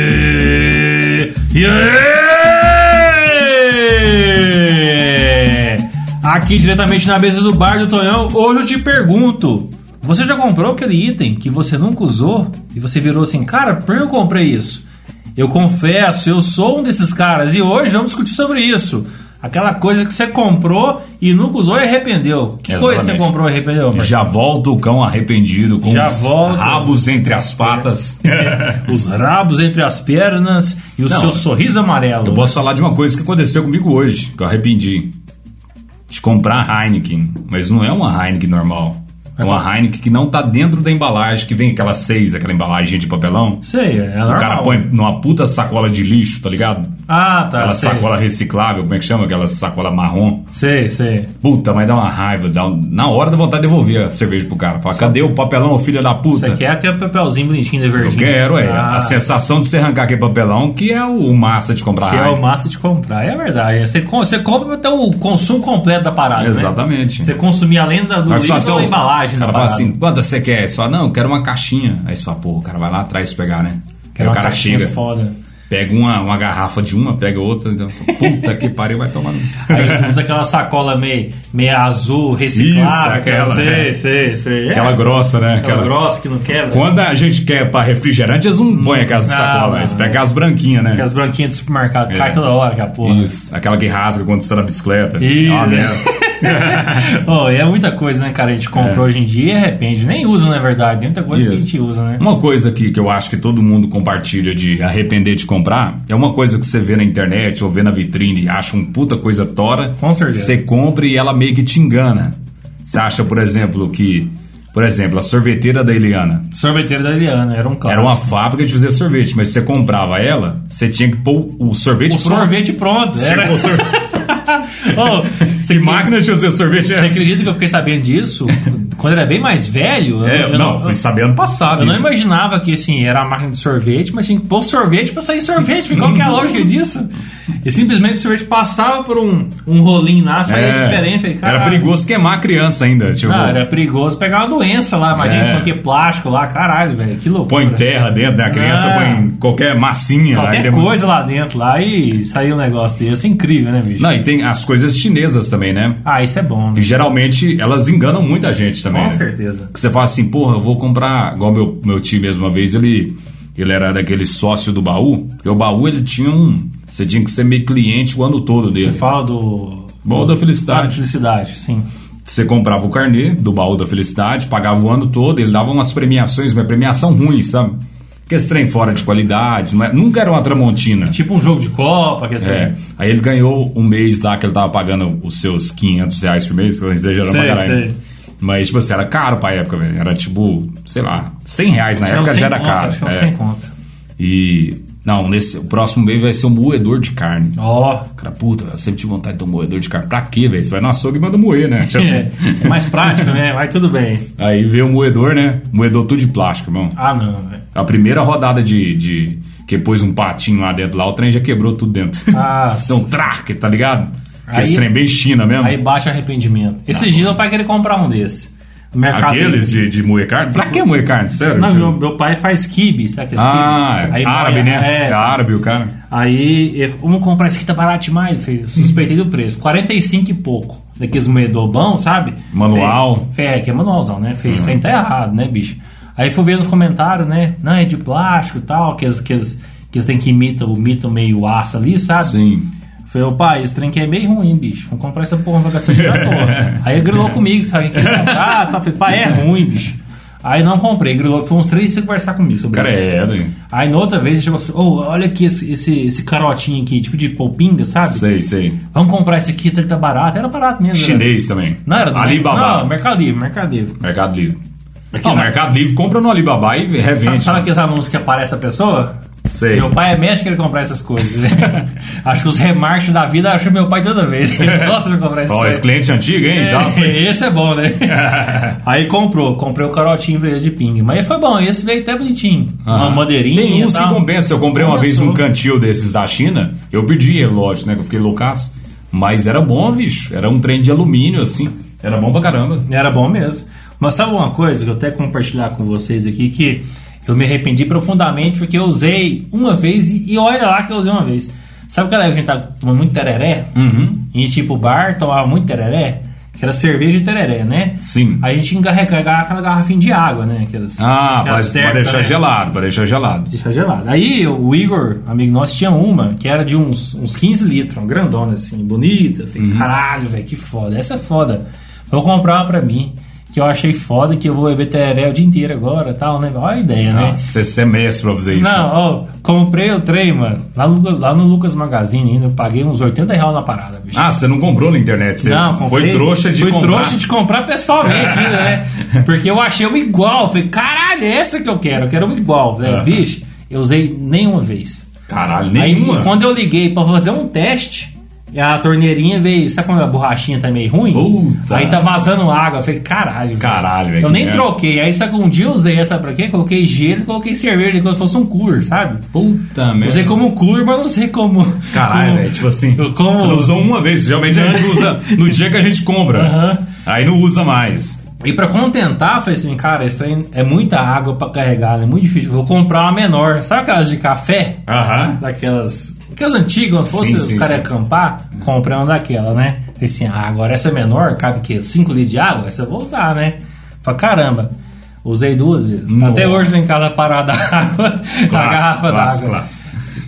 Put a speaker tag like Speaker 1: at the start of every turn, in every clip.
Speaker 1: E... E aí? Aqui diretamente na mesa do bar do Tonhão, hoje eu te pergunto: você já comprou aquele item que você nunca usou e você virou assim, cara, por que eu comprei isso? Eu confesso, eu sou um desses caras e hoje vamos discutir sobre isso. Aquela coisa que você comprou e nunca usou e arrependeu. Que coisa você
Speaker 2: Exatamente.
Speaker 1: comprou e arrependeu? Marcelo?
Speaker 2: Já volta o cão arrependido, com
Speaker 1: Já
Speaker 2: os
Speaker 1: volta.
Speaker 2: rabos entre as patas.
Speaker 1: Os rabos entre as pernas e o
Speaker 2: Não,
Speaker 1: seu sorriso amarelo.
Speaker 2: Eu posso falar de uma coisa que aconteceu comigo hoje, que eu arrependi. De comprar Heineken, mas não é uma Heineken normal. É uma Heineken que não tá dentro da embalagem, que vem aquela seis, aquela embalagem de papelão.
Speaker 1: Sei, é
Speaker 2: O
Speaker 1: normal.
Speaker 2: cara põe numa puta sacola de lixo, tá ligado?
Speaker 1: Ah, tá.
Speaker 2: Aquela
Speaker 1: sei.
Speaker 2: sacola reciclável, como é que chama? Aquela sacola marrom.
Speaker 1: Sei, sei.
Speaker 2: Puta, mas dá uma raiva. Dá um- Na hora da vontade de devolver a cerveja pro cara. Fala, cadê o papelão, filha da puta?
Speaker 1: Você quer é aquele papelzinho bonitinho de
Speaker 2: Eu
Speaker 1: verdinho?
Speaker 2: quero, é.
Speaker 1: Ah,
Speaker 2: A sensação de você arrancar aquele papelão, que é o massa de comprar
Speaker 1: que é o
Speaker 2: Heineken.
Speaker 1: massa de comprar, é verdade. Você, com- você compra até o consumo completo da parada.
Speaker 2: Exatamente.
Speaker 1: Né? Você consumir além da, do
Speaker 2: Aí você
Speaker 1: livro
Speaker 2: fala
Speaker 1: assim,
Speaker 2: assim, ó,
Speaker 1: embalagem
Speaker 2: O
Speaker 1: da
Speaker 2: cara fala
Speaker 1: parada.
Speaker 2: assim, quanto você quer? Só não, eu quero uma caixinha. Aí você fala, porra, o cara vai lá atrás pegar, né?
Speaker 1: Que é
Speaker 2: Aí o
Speaker 1: uma
Speaker 2: cara
Speaker 1: caixinha
Speaker 2: chega,
Speaker 1: Foda.
Speaker 2: pega uma, uma garrafa de uma, pega outra, então, puta que pariu, vai tomar. no-
Speaker 1: Aí usa aquela sacola meio, meio azul, reciclável.
Speaker 2: Isso, aquela,
Speaker 1: Sei,
Speaker 2: né?
Speaker 1: sei, sei. É,
Speaker 2: Aquela grossa, né?
Speaker 1: aquela grossa que não quebra.
Speaker 2: Quando a gente quer pra refrigerante, eles não põem aquelas
Speaker 1: Não,
Speaker 2: sacolas,
Speaker 1: não,
Speaker 2: eles
Speaker 1: não.
Speaker 2: pegam as branquinhas, né?
Speaker 1: Aquelas branquinhas de supermercado. Cai
Speaker 2: É.
Speaker 1: toda hora, que a porra.
Speaker 2: Isso, aquela que rasga quando você tá na bicicleta.
Speaker 1: Isso.
Speaker 2: É uma merda.
Speaker 1: Ô, e é muita coisa, né, cara? A gente comprou hoje em dia e arrepende. Nem usa, na verdade. Tem muita coisa que a
Speaker 2: É. Isso.
Speaker 1: gente usa, né?
Speaker 2: Uma coisa que, que eu acho que todo mundo compartilha de arrepender de comprar é uma coisa que você vê na internet ou vê na vitrine e acha um puta coisa tora.
Speaker 1: Com certeza.
Speaker 2: Você compra e ela meio que te engana. Você acha, por exemplo, que. Por exemplo, a sorveteira da Eliana.
Speaker 1: Sorveteira da Eliana, era um clássico.
Speaker 2: Era uma fábrica de fazer sorvete, mas você comprava ela, você tinha que pôr o sorvete
Speaker 1: O
Speaker 2: pronto.
Speaker 1: sorvete pronto.
Speaker 2: Você
Speaker 1: Era...
Speaker 2: pôr o sorvete.
Speaker 1: Ô,
Speaker 2: que máquina de fazer sorvete é
Speaker 1: Você
Speaker 2: essa?
Speaker 1: acredita que eu fiquei sabendo disso? Quando eu era bem mais velho, eu-
Speaker 2: É,
Speaker 1: eu,
Speaker 2: não, fui saber ano passado.
Speaker 1: eu não
Speaker 2: isso.
Speaker 1: imaginava que assim, era a máquina de sorvete, mas tinha que pôr sorvete pra sair sorvete. Qual que é a lógica disso? E simplesmente o sorvete passava por um, um rolinho lá, saía
Speaker 2: É,
Speaker 1: diferente. Falei,
Speaker 2: era
Speaker 1: "Caralho". Ah,
Speaker 2: perigoso queimar a criança ainda. Tipo,
Speaker 1: Não, era perigoso pegar uma doença lá, imagina,
Speaker 2: É.
Speaker 1: porque plástico lá, caralho, velho, que loucura.
Speaker 2: Põe terra dentro da criança,
Speaker 1: né? Ah.
Speaker 2: põe qualquer massinha. lá, ele
Speaker 1: Qualquer
Speaker 2: é muito-
Speaker 1: coisa lá dentro lá e saiu um negócio desse. É incrível, né, bicho?
Speaker 2: Não, e tem as coisas chinesas também, né?
Speaker 1: Ah, isso é bom,
Speaker 2: E
Speaker 1: bicho.
Speaker 2: geralmente elas enganam muita gente também.
Speaker 1: Com
Speaker 2: né?
Speaker 1: certeza.
Speaker 2: Que você fala assim, porra, eu vou comprar. Igual meu, meu tio mesmo uma vez, ele, ele era daquele sócio do baú. Porque o baú ele tinha um. Você tinha que ser meio cliente o ano todo
Speaker 1: Você
Speaker 2: dele.
Speaker 1: fala do.
Speaker 2: Baú da
Speaker 1: Da
Speaker 2: Felicidade.
Speaker 1: felicidade, sim.
Speaker 2: Você comprava o carnê do baú da felicidade, pagava o ano todo, ele dava umas premiações, uma premiação ruim, sabe? Porque esse trem fora de qualidade, não é- nunca era uma tramontina.
Speaker 1: Tipo um jogo de Copa, questão.
Speaker 2: É. Aí ele ganhou um mês lá que ele tava pagando os seus 500 reais por mês, que eu exagerando
Speaker 1: Sei,
Speaker 2: pra caralho.
Speaker 1: sei.
Speaker 2: Mas, tipo assim, era caro pra época, velho. Era tipo, sei lá, 100 reais na
Speaker 1: Tinha uns
Speaker 2: época
Speaker 1: sem
Speaker 2: já era
Speaker 1: conta,
Speaker 2: caro.
Speaker 1: tinha uns
Speaker 2: é.
Speaker 1: sem conta.
Speaker 2: E. Não, nesse, o próximo mês vai ser um moedor de carne.
Speaker 1: Ó.
Speaker 2: Cara, puta, eu sempre tive vontade de ter um moedor de carne. Pra quê, velho? Você vai no açougue e manda moer, né? Tipo assim.
Speaker 1: É, é mais prático, né? Mas tudo bem.
Speaker 2: Aí veio o moedor, né? Moedor tudo de plástico, irmão.
Speaker 1: Ah, não, velho.
Speaker 2: A primeira rodada de, de. que pôs um patinho lá dentro, lá, o trem já quebrou tudo dentro.
Speaker 1: Ah,
Speaker 2: Deu um traque, tá ligado? Porque
Speaker 1: Aí-
Speaker 2: esse trem bem China mesmo.
Speaker 1: aí baixa arrependimento. Esses dias meu pai queria comprar um desse. O mercado.
Speaker 2: Aqueles de, de moer carne? Pra que moer carne? Sério?
Speaker 1: Não,
Speaker 2: tio?
Speaker 1: meu, meu pai faz kibe, sabe que é
Speaker 2: Ah,
Speaker 1: quibe?
Speaker 2: é
Speaker 1: Aí
Speaker 2: árabe,
Speaker 1: molha-
Speaker 2: né? É.
Speaker 1: É,
Speaker 2: árabe o cara.
Speaker 1: Aí, ele falou, vamos comprar isso aqui, tá barato demais. Eu falei, suspeitei do preço. 45 e pouco. Daqueles moedor bom, sabe?
Speaker 2: Manual. Uhum.
Speaker 1: Falei, falei, É, que é manualzão, né? Falei, isso aí tá errado, né, bicho? Aí fui ver nos comentários, né? Não, é de plástico e tal, que eles, que eles, que eles têm que imitar o mito meio aço ali, sabe?
Speaker 2: Sim.
Speaker 1: Falei, ô pai, esse trem aqui é meio ruim, bicho. Vamos comprar essa porra, não vai gastar dinheiro à toa. Aí ele grilou comigo, sabe? Que comprar, tá? Falei, pai, é ruim, bicho. Aí não comprei, grilou. Foi uns três dias conversar comigo sobre
Speaker 2: Cara,
Speaker 1: isso.
Speaker 2: é, né?
Speaker 1: Aí na outra vez ele chegou assim, ô, olha aqui esse, esse, esse carotinho aqui, tipo de polpinga, sabe?
Speaker 2: Sei, sei.
Speaker 1: Vamos comprar esse aqui, ele tá barato. Era barato mesmo. era-
Speaker 2: Chinês também.
Speaker 1: Não, era do
Speaker 2: Alibaba.
Speaker 1: Não, Mercado Livre, Mercado Livre.
Speaker 2: Mercado Livre.
Speaker 1: Aqui,
Speaker 2: Não,
Speaker 1: sabe-
Speaker 2: Mercado Livre compra no Alibaba e
Speaker 1: Sabe,
Speaker 2: revende.
Speaker 1: sabe aqueles anúncios que aparece a pessoa?
Speaker 2: Sei.
Speaker 1: Meu pai é médico que ele comprar essas coisas. Acho que os remarques da vida acham meu pai toda vez. Ele gosta de comprar essas
Speaker 2: Ó,
Speaker 1: coisas.
Speaker 2: esse cliente antigo, hein? Dá pra você-
Speaker 1: É, esse é bom, né? Aí comprou, comprei o carotinho pra ele de ping. Mas foi bom, esse veio até bonitinho. Uma tá? madeirinha.
Speaker 2: Nenhum
Speaker 1: e
Speaker 2: se
Speaker 1: tal.
Speaker 2: compensa. Eu comprei uma vez
Speaker 1: Compensou.
Speaker 2: um cantil desses da China. Eu pedi, é lógico, né? Que eu fiquei loucaço. Mas era bom, bicho. Era um trem de alumínio, assim. Era bom pra caramba.
Speaker 1: Era bom mesmo. Mas sabe uma coisa que eu até compartilhar com vocês aqui que Eu me arrependi profundamente porque eu usei uma vez e, e olha lá que eu usei uma vez. Sabe aquela época que a gente tava tomando muito tereré?
Speaker 2: Uhum.
Speaker 1: A gente ia pro bar, tomava muito tereré, que era cerveja de tereré, né?
Speaker 2: Sim.
Speaker 1: A gente encarregava aquela garrafinha de água, né? Aquelas,
Speaker 2: Ah,
Speaker 1: aquelas
Speaker 2: pode, pode
Speaker 1: cercas,
Speaker 2: deixar
Speaker 1: né?
Speaker 2: gelado, pode deixar gelado.
Speaker 1: Deixar gelado. Aí o Igor, amigo nosso, tinha uma que era de uns, uns 15 litros, uma grandona assim, bonita. Falei,
Speaker 2: Uhum.
Speaker 1: caralho, velho, que foda. Essa é foda. Vou comprar uma pra mim, que eu achei foda, que eu vou beber tereré o dia inteiro agora tal, né? Olha a ideia, né?
Speaker 2: Nossa, esse semestre é pra fazer isso.
Speaker 1: Não, ó, comprei o trem, mano. Lá no, lá no Lucas Magazine ainda, eu paguei uns 80 reais na parada, bicho.
Speaker 2: Ah, você não comprou na internet, você
Speaker 1: Não,
Speaker 2: foi
Speaker 1: comprei-
Speaker 2: trouxa de
Speaker 1: fui
Speaker 2: comprar.
Speaker 1: trouxa de comprar pessoalmente ainda, né? Porque eu achei uma igual. Falei, caralho, é essa que eu quero. Eu quero uma igual, né?
Speaker 2: Aham.
Speaker 1: Bicho, eu usei nenhuma vez.
Speaker 2: Caralho,
Speaker 1: Aí,
Speaker 2: nenhuma.
Speaker 1: quando eu liguei pra fazer um teste, a torneirinha veio. Sabe quando a borrachinha tá meio ruim?
Speaker 2: Puta.
Speaker 1: Aí tá vazando água. Eu falei, caralho. velho.
Speaker 2: Caralho, velho,
Speaker 1: Eu
Speaker 2: que é.
Speaker 1: nem
Speaker 2: merda.
Speaker 1: troquei. Aí, só que um dia eu usei essa pra quê? Coloquei gelo e coloquei cerveja, como se fosse um cooler, sabe?
Speaker 2: Puta merda.
Speaker 1: Usei como cooler, mas não sei como.
Speaker 2: Caralho,
Speaker 1: como-
Speaker 2: velho, tipo assim,
Speaker 1: eu como-
Speaker 2: você não usou uma vez, geralmente a gente usa no dia que a gente compra.
Speaker 1: Aham.
Speaker 2: Aí não usa mais.
Speaker 1: E pra contentar, eu falei assim, cara, esse trem é muita água pra carregar, é muito difícil. Vou comprar uma menor. Sabe aquelas de café?
Speaker 2: Aham.
Speaker 1: Daquelas. Aquelas antigas, se
Speaker 2: Sim,
Speaker 1: fosse os
Speaker 2: sim,
Speaker 1: caras
Speaker 2: sim.
Speaker 1: acampar, comprei uma daquela, né? Falei assim, ah, agora essa é menor, cabe que 5 litros de água? Essa eu vou usar, né? Pra caramba. Usei duas vezes.
Speaker 2: Nossa.
Speaker 1: Até hoje lá em casa parada a água, a garrafa
Speaker 2: clássico,
Speaker 1: d'água.
Speaker 2: clássico.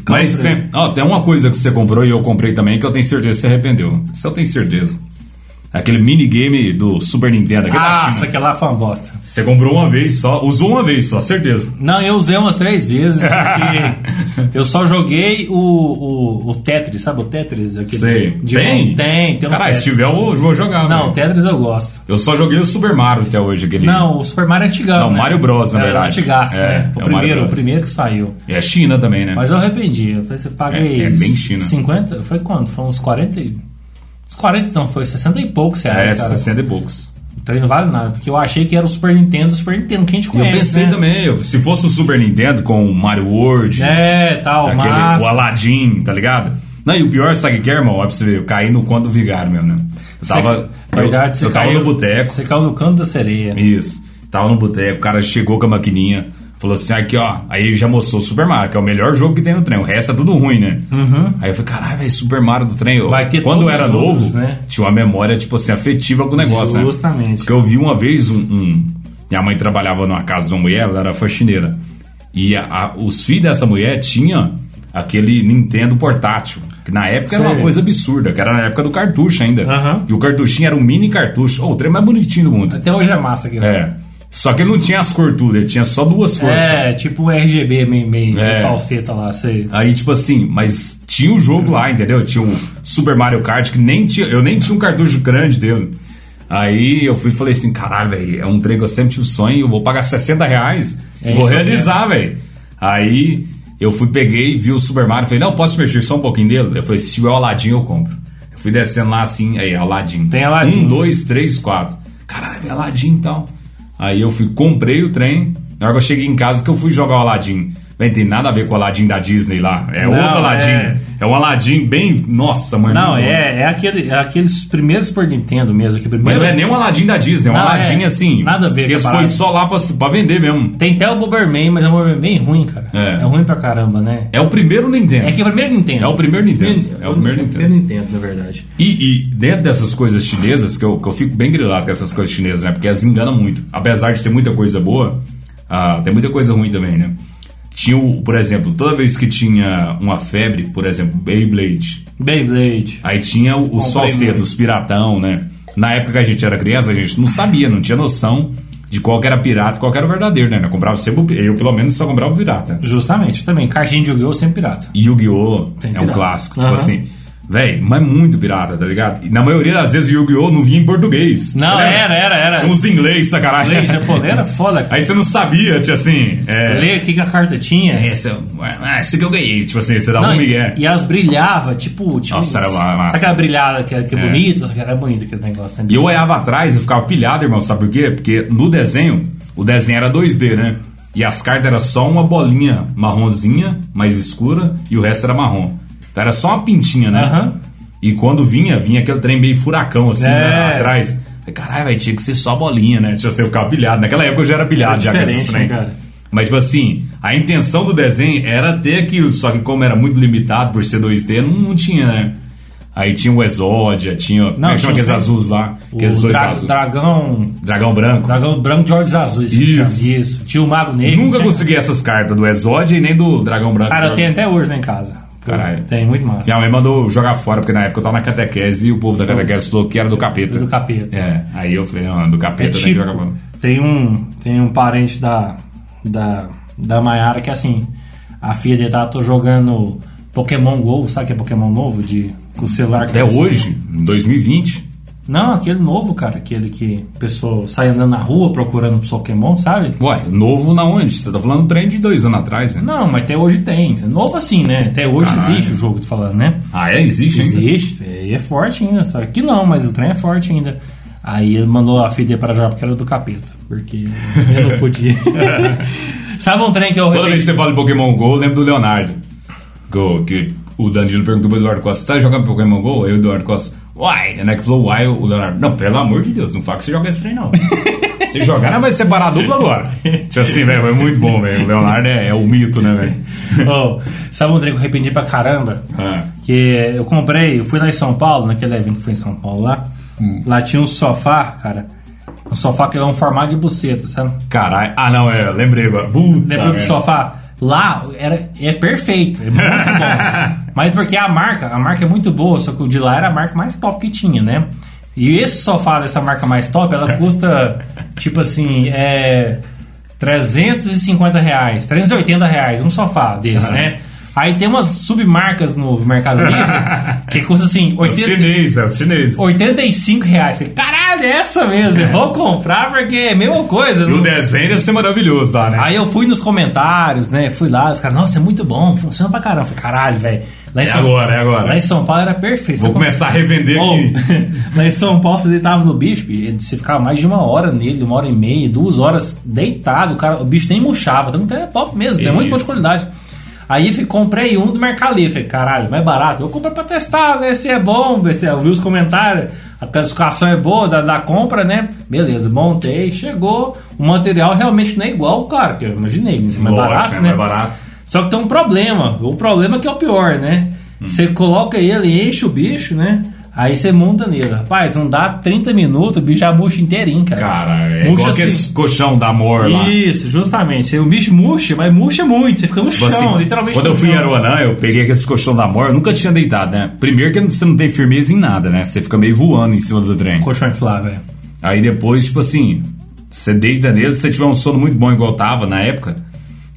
Speaker 2: Mas sempre- ó, tem uma coisa que você comprou e eu comprei também que eu tenho certeza que você arrependeu. Isso eu tenho certeza. Aquele minigame do Super Nintendo. Aquele da
Speaker 1: Nossa,
Speaker 2: tá China.
Speaker 1: aquela foi uma bosta.
Speaker 2: Você comprou uma vez só, usou uma vez só, certeza.
Speaker 1: Não, eu usei umas três vezes, porque eu só joguei o, o, o Tetris, sabe o Tetris? Aquele
Speaker 2: Sei.
Speaker 1: de-
Speaker 2: tem?
Speaker 1: Tem, tem um
Speaker 2: Caralho, se
Speaker 1: Tetris.
Speaker 2: tiver, eu vou- vou jogar.
Speaker 1: Não, o
Speaker 2: velho.
Speaker 1: Tetris eu gosto.
Speaker 2: Eu só joguei o Super Mario até hoje, aquele.
Speaker 1: Não, o Super Mario é antigão,
Speaker 2: Não,
Speaker 1: né?
Speaker 2: Mario Bros, na
Speaker 1: É,
Speaker 2: verdade.
Speaker 1: antigaço,
Speaker 2: É,
Speaker 1: né? O
Speaker 2: é o Mario
Speaker 1: primeiro, o
Speaker 2: Bros.
Speaker 1: primeiro que saiu.
Speaker 2: E a China também, né?
Speaker 1: Mas eu arrependi, eu falei, você paguei
Speaker 2: É, é bem China.
Speaker 1: 50, foi quanto? Foi uns 40 e... Uns 40 não, foi 60 e poucos
Speaker 2: é,
Speaker 1: reais, cara.
Speaker 2: 60 e poucos.
Speaker 1: O trem não vale nada, porque eu achei que era o Super Nintendo, o Super Nintendo que a gente
Speaker 2: E eu
Speaker 1: conhece,
Speaker 2: pensei
Speaker 1: né?
Speaker 2: também, eu- se fosse o Super Nintendo com o Mario World,
Speaker 1: É, tal,
Speaker 2: aquele,
Speaker 1: mas...
Speaker 2: o Aladdin, tá ligado? Não, e o pior, sabe o que é, irmão? Olha pra você ver, eu caí no conto do vigário mesmo, né? Eu tava,
Speaker 1: Você- na verdade,
Speaker 2: eu,
Speaker 1: você
Speaker 2: eu tava
Speaker 1: caiu-
Speaker 2: no boteco,
Speaker 1: Você caiu no canto da sereia.
Speaker 2: isso, tava no boteco, o cara chegou com a maquininha, falou assim, aqui ó, aí já mostrou o Super Mario, que é o melhor jogo que tem no trem, o resto é tudo ruim, né? Aí eu falei, caralho, velho, Super Mario do trem, eu-
Speaker 1: Uhum. Vai ter
Speaker 2: quando eu
Speaker 1: todos
Speaker 2: era
Speaker 1: os
Speaker 2: novo,
Speaker 1: outros, né?
Speaker 2: tinha uma memória, tipo assim, afetiva com o negócio, né?
Speaker 1: Justamente.
Speaker 2: Porque eu vi uma vez um, um- Minha mãe trabalhava numa casa de uma mulher, ela era faxineira. E a- a- os filhos dessa mulher tinha aquele Nintendo portátil. Que na época era uma
Speaker 1: Sei.
Speaker 2: coisa absurda, que era na época do cartucho ainda.
Speaker 1: Aham.
Speaker 2: E o cartuchinho era um mini cartucho. Oh, o trem mais bonitinho do mundo.
Speaker 1: Até hoje é massa aqui.
Speaker 2: É. Só que ele não tinha as cores tudo, ele tinha só duas cores. só.
Speaker 1: É, tipo um RGB meio, meio
Speaker 2: É.
Speaker 1: falseta lá, sei.
Speaker 2: Aí, tipo assim, mas tinha o jogo lá, entendeu? Tinha o Super Mario Kart, que nem tinha. Eu nem tinha um cartucho grande dele. Aí eu fui e falei assim: caralho, velho, é um trem que eu sempre tive sonho, eu vou pagar 60 reais,
Speaker 1: É
Speaker 2: vou
Speaker 1: isso,
Speaker 2: realizar, velho. Tá, Aí eu fui, peguei, vi o Super Mario, falei: não, posso mexer só um pouquinho dele? Eu falei: se tiver o Aladdin, eu compro. Eu fui descendo lá assim, aí, Aladdin.
Speaker 1: Tem Aladdin.
Speaker 2: Um, dois, três, quatro. Caralho, é Aladdin e tal. Aí eu fui, comprei o trem. Na hora que eu cheguei em casa, que eu fui jogar o Aladdin. Bem, tem nada a ver com o Aladdin da Disney lá. É
Speaker 1: Não,
Speaker 2: outro Aladdin.
Speaker 1: é.
Speaker 2: É... um Aladdin bem. Nossa, mano.
Speaker 1: Não,
Speaker 2: muito bom.
Speaker 1: é, é, aquele, é aqueles primeiros Super Nintendo mesmo. Que
Speaker 2: Mas
Speaker 1: primeiro...
Speaker 2: não é nem um Aladdin da Disney, é um
Speaker 1: Não,
Speaker 2: Aladdin
Speaker 1: é.
Speaker 2: assim.
Speaker 1: Nada a ver
Speaker 2: Que
Speaker 1: com a
Speaker 2: eles foi
Speaker 1: parada.
Speaker 2: só lá pra, pra vender mesmo.
Speaker 1: Tem até o Bomberman, mas é um Bomberman bem ruim, cara.
Speaker 2: É.
Speaker 1: ruim pra caramba, né?
Speaker 2: É o primeiro Nintendo.
Speaker 1: É que é o primeiro Nintendo.
Speaker 2: É o primeiro Nintendo. É o primeiro Nintendo.
Speaker 1: primeiro Nintendo, na verdade.
Speaker 2: E, e dentro dessas coisas chinesas, que eu, que eu fico bem grilado com essas coisas chinesas, né? Porque elas enganam muito. Apesar de ter muita coisa boa, ah, tem muita coisa ruim também, né? Tinha, o, por exemplo, toda vez que tinha uma febre, por exemplo, Beyblade,
Speaker 1: Beyblade.
Speaker 2: aí tinha o-
Speaker 1: Comprei
Speaker 2: os
Speaker 1: muito.
Speaker 2: falsetos, os piratão, né? Na época que a gente era criança, a gente não sabia, não tinha noção de qual que era pirata e qual que era o verdadeiro, né? Eu comprava sempre, o- eu pelo menos só comprava o pirata.
Speaker 1: Justamente, também. Caixinha de Yu-Gi-Oh! sempre pirata.
Speaker 2: Yu-Gi-Oh!
Speaker 1: Tem
Speaker 2: é um
Speaker 1: pirata.
Speaker 2: clássico.
Speaker 1: Aham.
Speaker 2: Tipo assim, velho, mas muito pirata, tá ligado? E na maioria das vezes o Yu-Gi-Oh! não vinha em português.
Speaker 1: Não,
Speaker 2: Você lembra?
Speaker 1: era, era, era.
Speaker 2: Tinha uns inglês, sacanagem.
Speaker 1: Beyblade japonês era foda, cara.
Speaker 2: Aí você não sabia, tinha assim. É,
Speaker 1: Lê o que que a carta tinha.
Speaker 2: esse, ah, esse que eu ganhei. Tipo assim, você dá
Speaker 1: Não,
Speaker 2: um
Speaker 1: e-
Speaker 2: migué.
Speaker 1: E elas brilhavam, tipo, tipo.
Speaker 2: Nossa, era uma- massa.
Speaker 1: Sabe aquela brilhada que é, que é,
Speaker 2: É.
Speaker 1: bonita? Só que era bonito aquele negócio, né?
Speaker 2: E eu olhava atrás, eu ficava pilhado, irmão, sabe por quê? Porque no desenho, o desenho era 2D, né? E as cartas eram só uma bolinha marronzinha, mais escura, e o resto era marrom. Então era só uma pintinha, né?
Speaker 1: Aham.
Speaker 2: E quando vinha, vinha aquele trem meio furacão, assim,
Speaker 1: É.
Speaker 2: né, lá Tipo assim, atrás. Falei, Caralho, vai tinha que ser só bolinha, né? Tinha que ser eu ficava pilhado. Naquela época eu já era pilhado, já com esses
Speaker 1: diferente,
Speaker 2: trem.
Speaker 1: né, cara?
Speaker 2: Mas, tipo assim, a intenção do desenho era ter aquilo, só que como era muito limitado por ser 2D, não, não tinha, né? Aí tinha o Exódia, tinha. como é que
Speaker 1: tinha
Speaker 2: chama aqueles
Speaker 1: os-
Speaker 2: azuis lá? Aqueles
Speaker 1: o
Speaker 2: dois
Speaker 1: dra-
Speaker 2: azuis.
Speaker 1: dragão.
Speaker 2: Dragão branco.
Speaker 1: Dragão branco de olhos azuis. que
Speaker 2: Isso.
Speaker 1: chama. Isso. Tinha o Mago Negro.
Speaker 2: Nunca
Speaker 1: tinha-
Speaker 2: consegui essas cartas do Exódia e nem do Dragão Branco.
Speaker 1: Cara, eu tenho até hoje lá em casa.
Speaker 2: Tá Caralho.
Speaker 1: Tem, muito massa.
Speaker 2: Minha mãe mandou jogar fora, porque na época eu tava na catequese e o povo da catequese falou que era do capeta.
Speaker 1: Do capeta.
Speaker 2: É, aí eu falei, não, é do
Speaker 1: É
Speaker 2: capeta, né?
Speaker 1: tipo,
Speaker 2: Joga fora.
Speaker 1: tem um, tem um parente da, da, da Maiara que assim, a filha dele tá tô jogando Pokémon GO, sabe que é Pokémon novo? De, com o celular que
Speaker 2: Até
Speaker 1: tá-
Speaker 2: hoje, em 2020,
Speaker 1: Não, aquele novo, cara, aquele que a pessoa sai andando na rua procurando Pokémon, sabe?
Speaker 2: ué, novo na onde? Você tá falando um trem de dois anos atrás, né?
Speaker 1: Não, mas até hoje tem. Novo assim, né? Até hoje
Speaker 2: Caralho.
Speaker 1: existe o jogo, tô falando, né?
Speaker 2: Ah, é? Existe ainda?
Speaker 1: Existe, e é forte ainda, só que não, mas o trem é forte ainda. Aí ele mandou a filha para jogar porque era do capeta, porque eu não podia. Sabe um trem que eu
Speaker 2: Toda vez que você fala de Pokémon GO, eu lembro do Leonardo. Go, que o Danilo perguntou pro Eduardo Costa, você tá jogando Pokémon GO? Aí o Eduardo Costa, uai, né? Que falou uai, o Leonardo, não, pelo amor de Deus, não fala que você joga esse trem, não. Se jogar, não vai separar a dupla agora. Tipo assim, velho, é muito bom, velho. O Leonardo é, é o mito, né, velho?
Speaker 1: Oh, sabe um trem que eu arrependi pra caramba?
Speaker 2: Ah.
Speaker 1: Que eu comprei, eu fui lá em São Paulo, naquele evento que foi em São Paulo lá.
Speaker 2: Hum.
Speaker 1: Lá tinha um sofá, cara. Um sofá que é um formato de buceta, sabe?
Speaker 2: Caralho. Ah, não, é, lembrei agora. É
Speaker 1: Lembrou
Speaker 2: Lembrou
Speaker 1: do sofá? Né, Lá era, é perfeito, é muito bom. Mas porque a marca, a marca é muito boa, só que o de lá era a marca mais top que tinha, né? E esse sofá dessa marca mais top, ela custa, tipo assim, é 350 reais, 380 reais, um sofá desse, né? Aí tem umas submarcas no Mercado Livre que custa assim,
Speaker 2: Os
Speaker 1: 80,
Speaker 2: chineses, é, os chineses.
Speaker 1: 85 reais. Falei, Caralho, é essa mesmo, eu vou comprar porque é a mesma coisa.
Speaker 2: E
Speaker 1: não-
Speaker 2: o desenho deve ser maravilhoso lá, né?
Speaker 1: Aí eu fui nos comentários, né? Fui lá, os caras, nossa, é muito bom, funciona pra caramba. Eu Falei, caralho, velho. Lá em
Speaker 2: É
Speaker 1: São-
Speaker 2: agora, é agora.
Speaker 1: Lá em São Paulo era perfeito.
Speaker 2: Vou
Speaker 1: Você
Speaker 2: começar a revender
Speaker 1: Oh,
Speaker 2: aqui.
Speaker 1: lá em São Paulo você deitava no bicho, bicho, você ficava mais de uma hora nele, uma hora e meia, duas horas deitado, o, cara, o bicho nem murchava. Então é top mesmo, tem muito boa de
Speaker 2: Isso.
Speaker 1: qualidade. Aí eu comprei um do Mercado Livre, falei, caralho, mais barato. Eu comprei pra testar, né? Se é bom, ver se eu vi os comentários, a classificação é boa da, da compra, né? Beleza, montei, chegou. O material realmente não é igual, claro, que eu imaginei, mas é mais
Speaker 2: Lógico,
Speaker 1: barato,
Speaker 2: é
Speaker 1: né?
Speaker 2: mais barato.
Speaker 1: Só que tem um problema. O problema que é o pior, né?
Speaker 2: Hum.
Speaker 1: Você coloca ele, enche o bicho, né? Aí você monta nele. Rapaz, não dá 30 minutos, o bicho já murcha inteirinho, cara.
Speaker 2: Cara, é
Speaker 1: murcha
Speaker 2: igual aqueles
Speaker 1: assim.
Speaker 2: colchão da amor lá.
Speaker 1: Isso, justamente. O bicho murcha, mas murcha muito. Você fica no
Speaker 2: Tipo
Speaker 1: chão,
Speaker 2: assim,
Speaker 1: literalmente.
Speaker 2: Quando
Speaker 1: no
Speaker 2: eu fui em
Speaker 1: chão.
Speaker 2: Aruanã, eu peguei aqueles colchão da amor, eu nunca tinha deitado, né? Primeiro que você não tem firmeza em nada, né? Você fica meio voando em cima do trem.
Speaker 1: Colchão inflável. é.
Speaker 2: Aí depois, tipo assim, você deita nele, se você tiver um sono muito bom igual eu tava na época,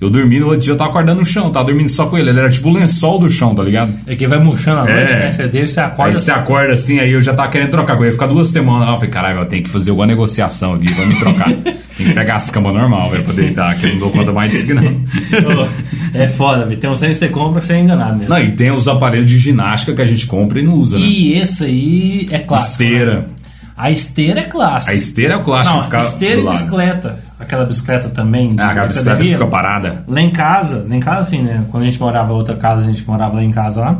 Speaker 2: eu dormi no outro dia, eu tava acordando no chão, tava dormindo só com ele. Ele era tipo o lençol do chão, tá ligado?
Speaker 1: É que vai murchando a noite,
Speaker 2: É.
Speaker 1: né? Você deixa, você
Speaker 2: Aí
Speaker 1: acorda.
Speaker 2: você acorda assim, aí eu já tava querendo trocar com ele. Ficar duas semanas lá, eu falei, caralho, eu tenho que fazer alguma negociação aqui pra me trocar. Tem que pegar as camas normal, velho, pra deitar, que eu não dou conta mais disso aqui, não.
Speaker 1: Ô, é foda, velho. Tem uns trem que você compra que você é enganado mesmo.
Speaker 2: Não, e tem os aparelhos de ginástica que a gente compra e não usa, né?
Speaker 1: E esse aí é clássico.
Speaker 2: Esteira.
Speaker 1: né? A esteira é clássica.
Speaker 2: A esteira é o clássico
Speaker 1: Não,
Speaker 2: ficar
Speaker 1: esteira
Speaker 2: do
Speaker 1: e
Speaker 2: lado.
Speaker 1: bicicleta. Aquela bicicleta também. então,
Speaker 2: Ah, a
Speaker 1: de
Speaker 2: bicicleta
Speaker 1: academia.
Speaker 2: fica parada.
Speaker 1: Lá em casa, lá em casa assim, né? Quando a gente morava em outra casa, a gente morava lá em casa lá.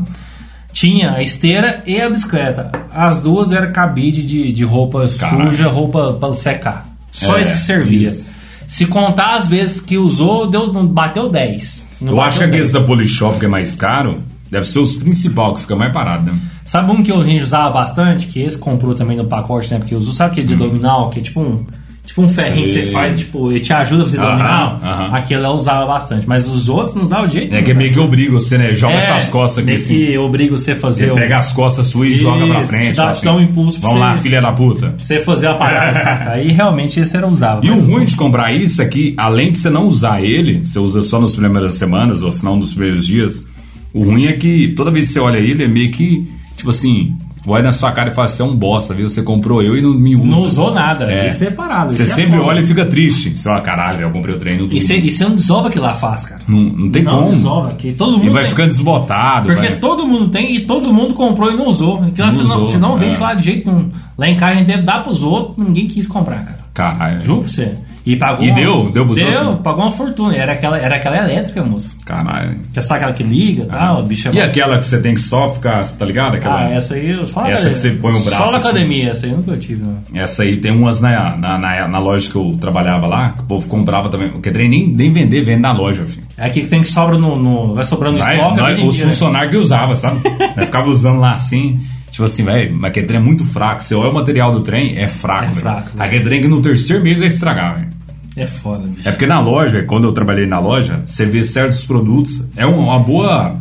Speaker 1: Tinha a esteira e a bicicleta. As duas eram cabide de, de roupa
Speaker 2: Caralho.
Speaker 1: suja, roupa pra secar. Só
Speaker 2: É,
Speaker 1: isso que servia.
Speaker 2: isso.
Speaker 1: Se contar as vezes que usou, deu, bateu 10. Não
Speaker 2: Eu
Speaker 1: bateu
Speaker 2: acho que
Speaker 1: 10.
Speaker 2: aqueles da Polishop que é mais caro, deve ser os principal que fica mais parado, né?
Speaker 1: Sabe um que a gente usava bastante, que esse comprou também no pacote, né? Porque usou, sabe aquele de
Speaker 2: Hum.
Speaker 1: dominal, que é tipo um, tipo um ferrinho que
Speaker 2: Sei.
Speaker 1: você faz, tipo, ele te ajuda a fazer
Speaker 2: Aham,
Speaker 1: dominal.
Speaker 2: aham.
Speaker 1: Aquele eu usava bastante, mas os outros não usava de jeito
Speaker 2: É que é meio que obriga você, né? Joga
Speaker 1: É,
Speaker 2: suas costas aqui
Speaker 1: nesse
Speaker 2: assim.
Speaker 1: obriga você a fazer
Speaker 2: Você
Speaker 1: o-
Speaker 2: pega as costas suas e
Speaker 1: Isso,
Speaker 2: joga pra
Speaker 1: te
Speaker 2: frente.
Speaker 1: dá-
Speaker 2: fala
Speaker 1: te dá um impulso pra
Speaker 2: Vamos lá,
Speaker 1: você-
Speaker 2: filha da puta.
Speaker 1: você fazer a parada. saca? Aí realmente esse era usava.
Speaker 2: E o ruim de comprar isso é que, além de você não usar ele, você usa só nas primeiras semanas ou se não nos primeiros dias, o ruim é que toda vez que você olha ele, é meio que, tipo assim, olha na sua cara e fala, você é um bosta, viu? Você comprou eu e não me usa.
Speaker 1: Não usou nada,
Speaker 2: É.
Speaker 1: isso é parado.
Speaker 2: Você
Speaker 1: isso é
Speaker 2: sempre
Speaker 1: foda.
Speaker 2: olha e fica triste. Você fala, caralho, eu comprei o treino do...
Speaker 1: E você, e você não desova que lá faz, cara.
Speaker 2: Não, não tem
Speaker 1: Não,
Speaker 2: como.
Speaker 1: desova, que todo mundo
Speaker 2: E vai
Speaker 1: tem.
Speaker 2: ficando desbotado.
Speaker 1: Porque
Speaker 2: vai-
Speaker 1: todo mundo tem e todo mundo comprou e não usou. Então
Speaker 2: Não
Speaker 1: você, não,
Speaker 2: usou,
Speaker 1: você não
Speaker 2: é.
Speaker 1: vende lá de jeito nenhum. Lá em casa a gente deve dar pros outros, ninguém quis comprar, cara.
Speaker 2: Caralho.
Speaker 1: Juro pra você. E pagou.
Speaker 2: Uhum. E
Speaker 1: uma-
Speaker 2: deu? Deu busão?
Speaker 1: Deu, pagou uma fortuna. Era aquela, era aquela elétrica, moço.
Speaker 2: Caralho.
Speaker 1: Que é aquela que liga e tal, o bicho é
Speaker 2: Ah. E
Speaker 1: mó-
Speaker 2: aquela que você tem que só ficar, tá ligado? Aquela,
Speaker 1: Ah, essa aí eu só na
Speaker 2: Essa que você põe o braço,
Speaker 1: Só na
Speaker 2: assim.
Speaker 1: academia, essa aí é eu nunca tive, não.
Speaker 2: Essa aí tem umas na, na, na, na loja que eu trabalhava lá, que o povo comprava também. Porque trem nem, nem vender, vende na loja, filho.
Speaker 1: É aqui que tem que sobra no. no- vai sobrando
Speaker 2: Vai,
Speaker 1: estoque.
Speaker 2: nós-
Speaker 1: a vida
Speaker 2: os
Speaker 1: inteira.
Speaker 2: funcionários que usava, sabe? Nós ficava usando lá assim. Tipo assim, velho, mas aquele trem é muito fraco. Você olha o material do trem, é fraco,
Speaker 1: É
Speaker 2: velho.
Speaker 1: fraco, velho.
Speaker 2: Aquele trem que no terceiro mês vai estragar, velho.
Speaker 1: É foda, bicho.
Speaker 2: É porque na loja, quando eu trabalhei na loja, você vê certos produtos. É um- uma boa.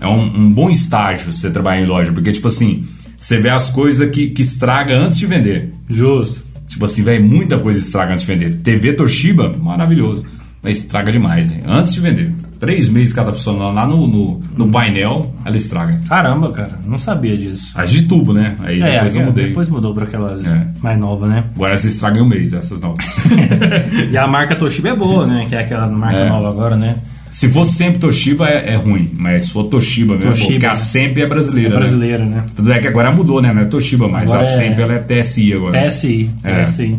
Speaker 2: É um, um bom estágio você trabalhar em loja. Porque, tipo assim, você vê as coisas que, que estraga antes de vender.
Speaker 1: Justo.
Speaker 2: Tipo assim, velho, muita coisa estraga antes de vender. TV Toshiba, maravilhoso. Mas estraga demais, hein? Antes de vender. Três meses que ela tá funcionando lá no, no, no painel, ela estraga.
Speaker 1: Caramba, cara, não sabia disso.
Speaker 2: As de tubo, né? Aí depois eu
Speaker 1: é,
Speaker 2: mudei.
Speaker 1: depois mudou pra aquela
Speaker 2: É.
Speaker 1: mais nova, né?
Speaker 2: Agora você estraga em um mês, essas novas.
Speaker 1: E a marca Toshiba é boa, né? Que é aquela marca
Speaker 2: É.
Speaker 1: nova agora, né?
Speaker 2: se for sempre Toshiba, é, é ruim. Mas se for Toshiba mesmo,
Speaker 1: Toshiba,
Speaker 2: porque a
Speaker 1: né?
Speaker 2: sempre é brasileira, né?
Speaker 1: Brasileira, né?
Speaker 2: Tanto é que agora mudou, né? Não é Toshiba mais.
Speaker 1: Agora
Speaker 2: a
Speaker 1: é-
Speaker 2: sempre ela é TSI agora.
Speaker 1: TSI,
Speaker 2: É.
Speaker 1: TSI.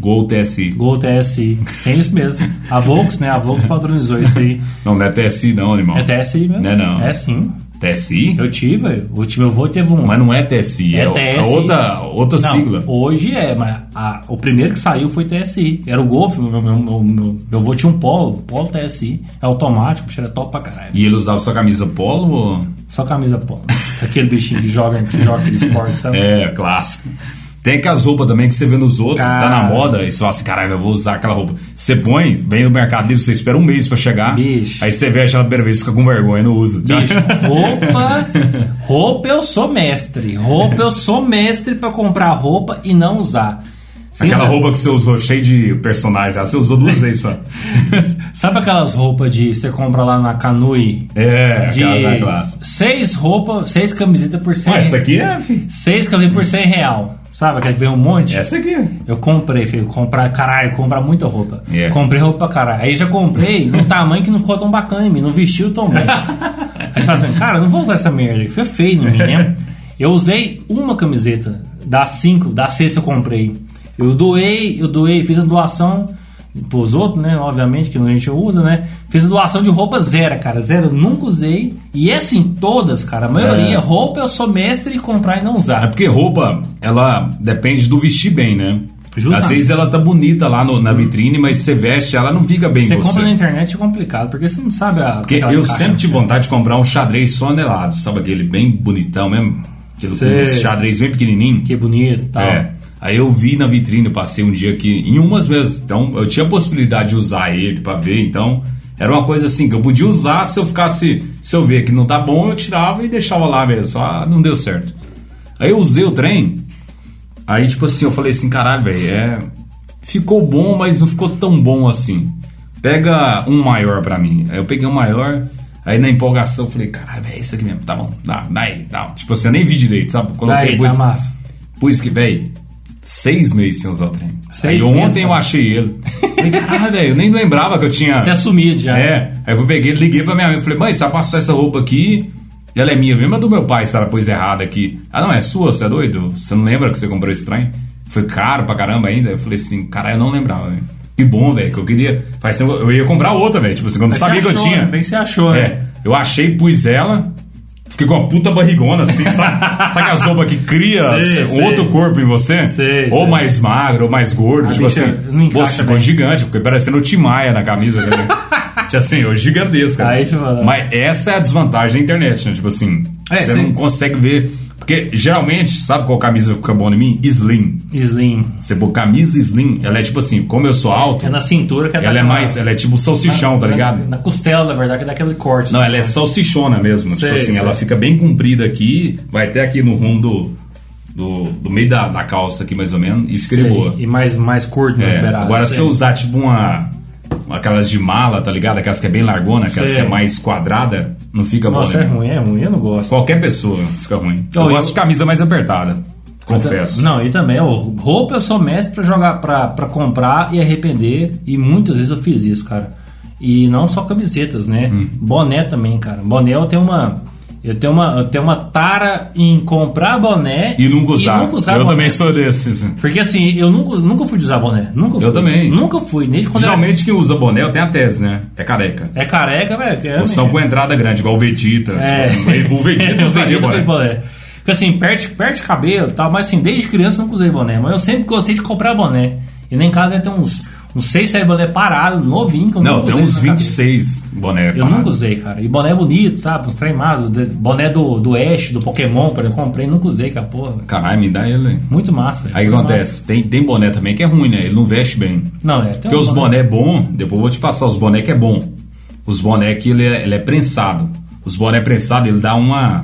Speaker 2: Gol TSI.
Speaker 1: Gol TSI. É isso mesmo. A Volks, né? A Volks padronizou isso aí.
Speaker 2: Não, não é TSI não, animal.
Speaker 1: É TSI mesmo?
Speaker 2: Não é não.
Speaker 1: É sim.
Speaker 2: TSI?
Speaker 1: Eu tive. O time eu vou teve um.
Speaker 2: Mas não é TSI. É,
Speaker 1: É
Speaker 2: o- é
Speaker 1: TSI.
Speaker 2: outra, outra
Speaker 1: Não,
Speaker 2: sigla.
Speaker 1: hoje é, mas a- o primeiro que saiu foi TSI. Era o Golf, meu, meu, meu, meu, meu avô tinha um Polo, Polo TSI. É automático, cheira top pra caralho.
Speaker 2: E ele usava sua camisa polo? ou-
Speaker 1: Só camisa Polo. Aquele bichinho que joga, que joga aquele esporte, sabe?
Speaker 2: É, clássico. Tem aquelas roupas também que você vê nos outros, que tá
Speaker 1: Cara.
Speaker 2: na moda, e você fala assim, caralho, eu vou usar aquela roupa. Você põe, vem no Mercado Livre, você espera um mês pra chegar,
Speaker 1: Bicho.
Speaker 2: aí você veste ela a primeira vez, fica com vergonha, não usa.
Speaker 1: Bicho,
Speaker 2: Tá.
Speaker 1: roupa, roupa eu sou mestre. Roupa eu sou mestre pra comprar roupa e não usar. Sem
Speaker 2: Aquela
Speaker 1: usar-
Speaker 2: roupa que você usou cheia de personagem, tá? você usou duas vezes só.
Speaker 1: Sabe aquelas roupas de você compra lá na Canui?
Speaker 2: É,
Speaker 1: De
Speaker 2: aquela da classe.
Speaker 1: seis roupas, seis camisetas por cem.
Speaker 2: Ah, essa aqui é, fi.
Speaker 1: Seis camisetas por cem real. Sabe, aquela que vem um monte?
Speaker 2: Essa aqui. é.
Speaker 1: Eu comprei, filho. Comprar, caralho, comprar muita roupa.
Speaker 2: Yeah.
Speaker 1: Comprei roupa pra caralho. Aí já comprei num tamanho que não ficou tão bacana em mim, não vestiu tão bem. Aí você fala assim, cara, eu não vou usar essa merda, fica feio em mim, né? Eu usei uma camiseta, das cinco, das seis eu comprei. Eu doei, eu doei, fiz a doação pros outros, né? Obviamente, que a gente usa, né? Fiz a doação de roupa zero, cara. Zero, eu nunca usei. E é assim, todas, cara. A maioria,
Speaker 2: É.
Speaker 1: roupa eu sou mestre em comprar e não
Speaker 2: É
Speaker 1: usar.
Speaker 2: porque roupa, ela depende do vestir bem, né?
Speaker 1: Justamente.
Speaker 2: Às vezes ela tá bonita lá no- na vitrine, mas você veste, ela não fica bem em
Speaker 1: Você
Speaker 2: você. né?
Speaker 1: compra na internet é complicado, porque você não sabe a.
Speaker 2: Porque eu sempre tive vontade de comprar um xadrez só anelado, sabe aquele bem bonitão mesmo? Aquele
Speaker 1: Sei.
Speaker 2: com uns xadrez bem pequenininho.
Speaker 1: Que bonito e tal.
Speaker 2: É. Aí eu vi na vitrine, eu passei um dia aqui, em umas mesmo. Então eu tinha a possibilidade de usar ele pra ver, então era uma coisa assim que eu podia usar se eu ficasse, se eu ver que não tá bom, eu tirava e deixava lá mesmo. Só "Ah, não deu certo. Aí eu usei o trem, aí tipo assim, eu falei assim, caralho, velho, é ficou bom, mas não ficou tão bom assim. Pega um maior pra mim. Aí eu peguei um maior, aí na empolgação eu falei, caralho, é isso aqui mesmo, tá bom, dá, dá aí, dá. Tipo assim, eu nem vi direito, sabe?
Speaker 1: Daí, tá
Speaker 2: pus-
Speaker 1: massa.
Speaker 2: Pus que, véi, seis meses sem usar o trem.
Speaker 1: Seis
Speaker 2: aí ontem
Speaker 1: meses,
Speaker 2: eu
Speaker 1: cara.
Speaker 2: achei ele. Falei, caralho, velho, eu nem lembrava que eu tinha.
Speaker 1: Até sumido já.
Speaker 2: É. Aí eu peguei, liguei pra minha mãe. Falei, mãe, você passou essa roupa aqui? E ela é minha mesmo, é do meu pai, se ela pôs errada aqui. Ah, não, é sua, você é doido? Você não lembra que você comprou esse trem? Foi caro pra caramba ainda. Eu falei assim, caralho, eu não lembrava, velho. Que bom, velho, que eu queria. Faz tempo, eu ia comprar outra, velho. Tipo assim, quando eu
Speaker 1: Mas
Speaker 2: sabia
Speaker 1: você
Speaker 2: que eu
Speaker 1: achou,
Speaker 2: tinha.
Speaker 1: né? Bem que você achou,
Speaker 2: É,
Speaker 1: né?
Speaker 2: eu achei, pus ela, fiquei com uma puta barrigona, assim, sabe? sabe as roupas que cria
Speaker 1: Sei,
Speaker 2: um
Speaker 1: sei.
Speaker 2: outro corpo em você?
Speaker 1: Sei,
Speaker 2: ou
Speaker 1: sei.
Speaker 2: mais magro, ou mais gordo,
Speaker 1: Ah,
Speaker 2: tipo
Speaker 1: bicho,
Speaker 2: assim.
Speaker 1: não encaixa
Speaker 2: Você ficou
Speaker 1: bem.
Speaker 2: gigante, porque parecendo o Timaya na camisa dele. Tinha assim, eu gigantesca.
Speaker 1: Aí você fala.
Speaker 2: Mas essa é a desvantagem da internet, né? Tipo assim,
Speaker 1: É,
Speaker 2: você
Speaker 1: sim.
Speaker 2: não consegue ver. Porque geralmente, sabe qual camisa fica boa em mim? Slim.
Speaker 1: Slim.
Speaker 2: Você pôr camisa slim, ela é tipo assim, como eu sou alto,
Speaker 1: É na Ah, é cintura que
Speaker 2: ela é mais, ela é tipo salsichão, tá ligado?
Speaker 1: Na, costela, na verdade, que dá aquele corte.
Speaker 2: Não,
Speaker 1: assim.
Speaker 2: ela é salsichona mesmo.
Speaker 1: Sei,
Speaker 2: tipo assim,
Speaker 1: sei.
Speaker 2: ela fica bem comprida aqui, vai até aqui no rumo do, do, do meio da, da calça aqui, mais ou menos, e fica de
Speaker 1: Sei.
Speaker 2: boa.
Speaker 1: E mais, mais assim. curto nas
Speaker 2: É,
Speaker 1: beiradas.
Speaker 2: agora, se
Speaker 1: sei.
Speaker 2: eu usar tipo uma. Aquelas de mala, tá ligado? Aquelas que é bem largona, aquelas
Speaker 1: Sei.
Speaker 2: que é mais quadrada, não fica bom.
Speaker 1: Nossa,
Speaker 2: né?
Speaker 1: é ruim, é ruim, eu não gosto.
Speaker 2: Qualquer pessoa fica ruim. Eu
Speaker 1: Não,
Speaker 2: gosto
Speaker 1: eu-
Speaker 2: de camisa mais apertada, confesso.
Speaker 1: Não, e também, ó, roupa eu sou mestre pra jogar, pra, pra comprar e arrepender. E muitas vezes eu
Speaker 2: Hum.
Speaker 1: fiz isso, cara. E não só camisetas, né? Boné também, cara. Boné eu tenho uma. Eu tenho uma, eu tenho uma tara em comprar boné
Speaker 2: E nunca usar.
Speaker 1: nunca usar
Speaker 2: eu
Speaker 1: boné.
Speaker 2: também sou desses.
Speaker 1: Porque assim, eu nunca, nunca fui de usar boné. Nunca
Speaker 2: Eu
Speaker 1: fui.
Speaker 2: também.
Speaker 1: Nunca fui. Desde quando
Speaker 2: Geralmente quem usa boné tem a tese, né? É careca.
Speaker 1: era... É careca, velho. que é-
Speaker 2: Ou são com entrada grande, igual o Vegeta.
Speaker 1: É.
Speaker 2: Tipo assim, o Vegeta
Speaker 1: Eu
Speaker 2: usa de
Speaker 1: sabia também
Speaker 2: boné.
Speaker 1: boné. Porque assim, perde, perde cabelo e tal, mas assim, desde criança eu nunca usei boné. Mas eu sempre gostei de comprar boné. E nem em casa deve ter uns, uns 6, 7 boné parado, novinho, que eu
Speaker 2: Não,
Speaker 1: nunca
Speaker 2: tem
Speaker 1: usei
Speaker 2: uns
Speaker 1: na cabeça.
Speaker 2: 26 boné.
Speaker 1: Eu nunca usei, cara. E boné bonito, sabe? Uns tremados. de- Boné do, do Ash, do Pokémon, por exemplo. Comprei, nunca usei, cara, porra. velho.
Speaker 2: Caralho, me dá ele.
Speaker 1: Muito massa. velho.
Speaker 2: Aí o que
Speaker 1: Muito
Speaker 2: acontece? Tem, tem boné também que é ruim, né? Ele não veste bem.
Speaker 1: massa. Não, é. tem
Speaker 2: Porque
Speaker 1: um
Speaker 2: os boné bom, depois eu vou te passar, os boné que é bom. Os boné que ele é, ele é prensado. Os boné prensado, ele dá uma.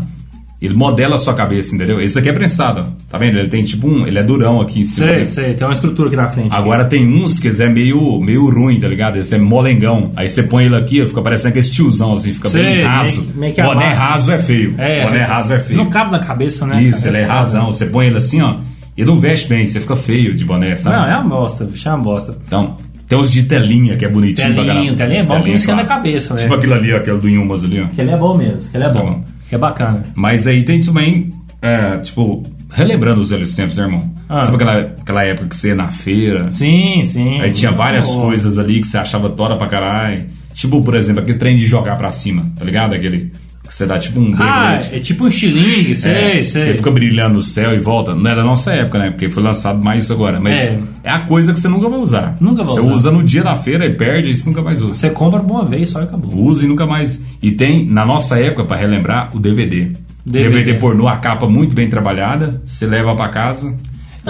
Speaker 2: Ele modela a sua cabeça, entendeu? Esse aqui é prensado, ó. tá vendo? Ele tem tipo um. Ele é durão aqui em cima.
Speaker 1: Sei,
Speaker 2: dele.
Speaker 1: sei. Tem uma estrutura aqui na frente.
Speaker 2: Agora tem uns que é meio, meio ruim, tá ligado? Esse é molengão. Aí você põe ele aqui, ó, fica parecendo aquele tiozão, assim, fica
Speaker 1: Sei,
Speaker 2: bem
Speaker 1: meio-
Speaker 2: raso.
Speaker 1: meio que
Speaker 2: boné
Speaker 1: amassa.
Speaker 2: raso é feio.
Speaker 1: É,
Speaker 2: boné raso é feio.
Speaker 1: Não cabe na cabeça, né?
Speaker 2: Isso,
Speaker 1: cara?
Speaker 2: ele é razão. Você põe ele assim, ó, e não veste bem, você fica feio de boné, sabe?
Speaker 1: Não, é uma bosta, bicho. É uma bosta.
Speaker 2: Então, tem os de telinha que é bonitinho pra
Speaker 1: Telinha,
Speaker 2: caramba.
Speaker 1: telinha é bom, porque fica na cabeça, né?
Speaker 2: Tipo aquilo ali, ó, aquele do Inhumas ali, ó.
Speaker 1: Que ele é bom mesmo. Que ele é
Speaker 2: Tá
Speaker 1: bom.
Speaker 2: bom.
Speaker 1: Que é bacana.
Speaker 2: Mas aí tem também, é, tipo, relembrando os velhos tempos, né, irmão?
Speaker 1: Ah.
Speaker 2: Sabe aquela, aquela época que você ia na feira?
Speaker 1: Sim, sim.
Speaker 2: Aí tinha várias
Speaker 1: Bom.
Speaker 2: coisas ali que você achava tora pra caralho. Tipo, por exemplo, aquele trem de jogar pra cima, tá ligado? Aquele que você dá tipo um
Speaker 1: Ah,
Speaker 2: Beyblade.
Speaker 1: é tipo um estilingue, sei,
Speaker 2: É,
Speaker 1: sei.
Speaker 2: Que fica brilhando no céu e volta. Não é da nossa época, né? Porque foi lançado mais isso agora. Mas
Speaker 1: É.
Speaker 2: é, a coisa que você nunca vai usar.
Speaker 1: Nunca vai
Speaker 2: você
Speaker 1: usar.
Speaker 2: usa no dia da feira e perde e você nunca mais usa.
Speaker 1: Você compra uma vez só e acabou.
Speaker 2: Usa e nunca mais. E tem, na nossa época, pra relembrar, o DVD.
Speaker 1: DVD.
Speaker 2: DVD, pornô, a capa muito bem trabalhada. Você leva pra casa. O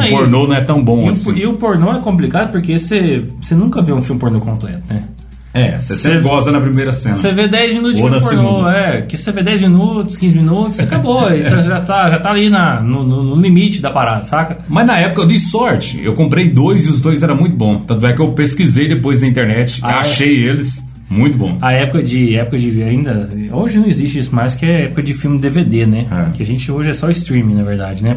Speaker 1: Ah, e-
Speaker 2: pornô não é tão bom
Speaker 1: E
Speaker 2: assim.
Speaker 1: o, e o pornô é complicado porque você, você nunca vê um filme pornô completo, né?
Speaker 2: É, você sempre
Speaker 1: Você-
Speaker 2: goza na primeira cena.
Speaker 1: Você vê 10 minutos de
Speaker 2: Ou
Speaker 1: filme
Speaker 2: na
Speaker 1: pornô,
Speaker 2: segunda.
Speaker 1: é. Que você vê 10 minutos, 15 minutos, acabou. aí tá- já, tá, já tá ali na, no, no- no limite da parada, saca?
Speaker 2: Mas na época eu dei sorte. Eu comprei dois e os dois eram muito bons. Tanto é que eu pesquisei depois na internet,
Speaker 1: Ah, é?
Speaker 2: achei eles muito bom.
Speaker 1: A época de época de ainda. Hoje não existe isso mais, que é época de filme DVD, né?
Speaker 2: É. Uhum.
Speaker 1: Que a gente hoje é só streaming, na verdade, né?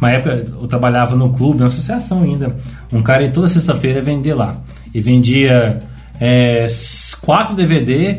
Speaker 1: Uma época eu trabalhava no clube, na associação ainda. Um cara ia toda sexta-feira vender lá. E vendia é, s- quatro DVD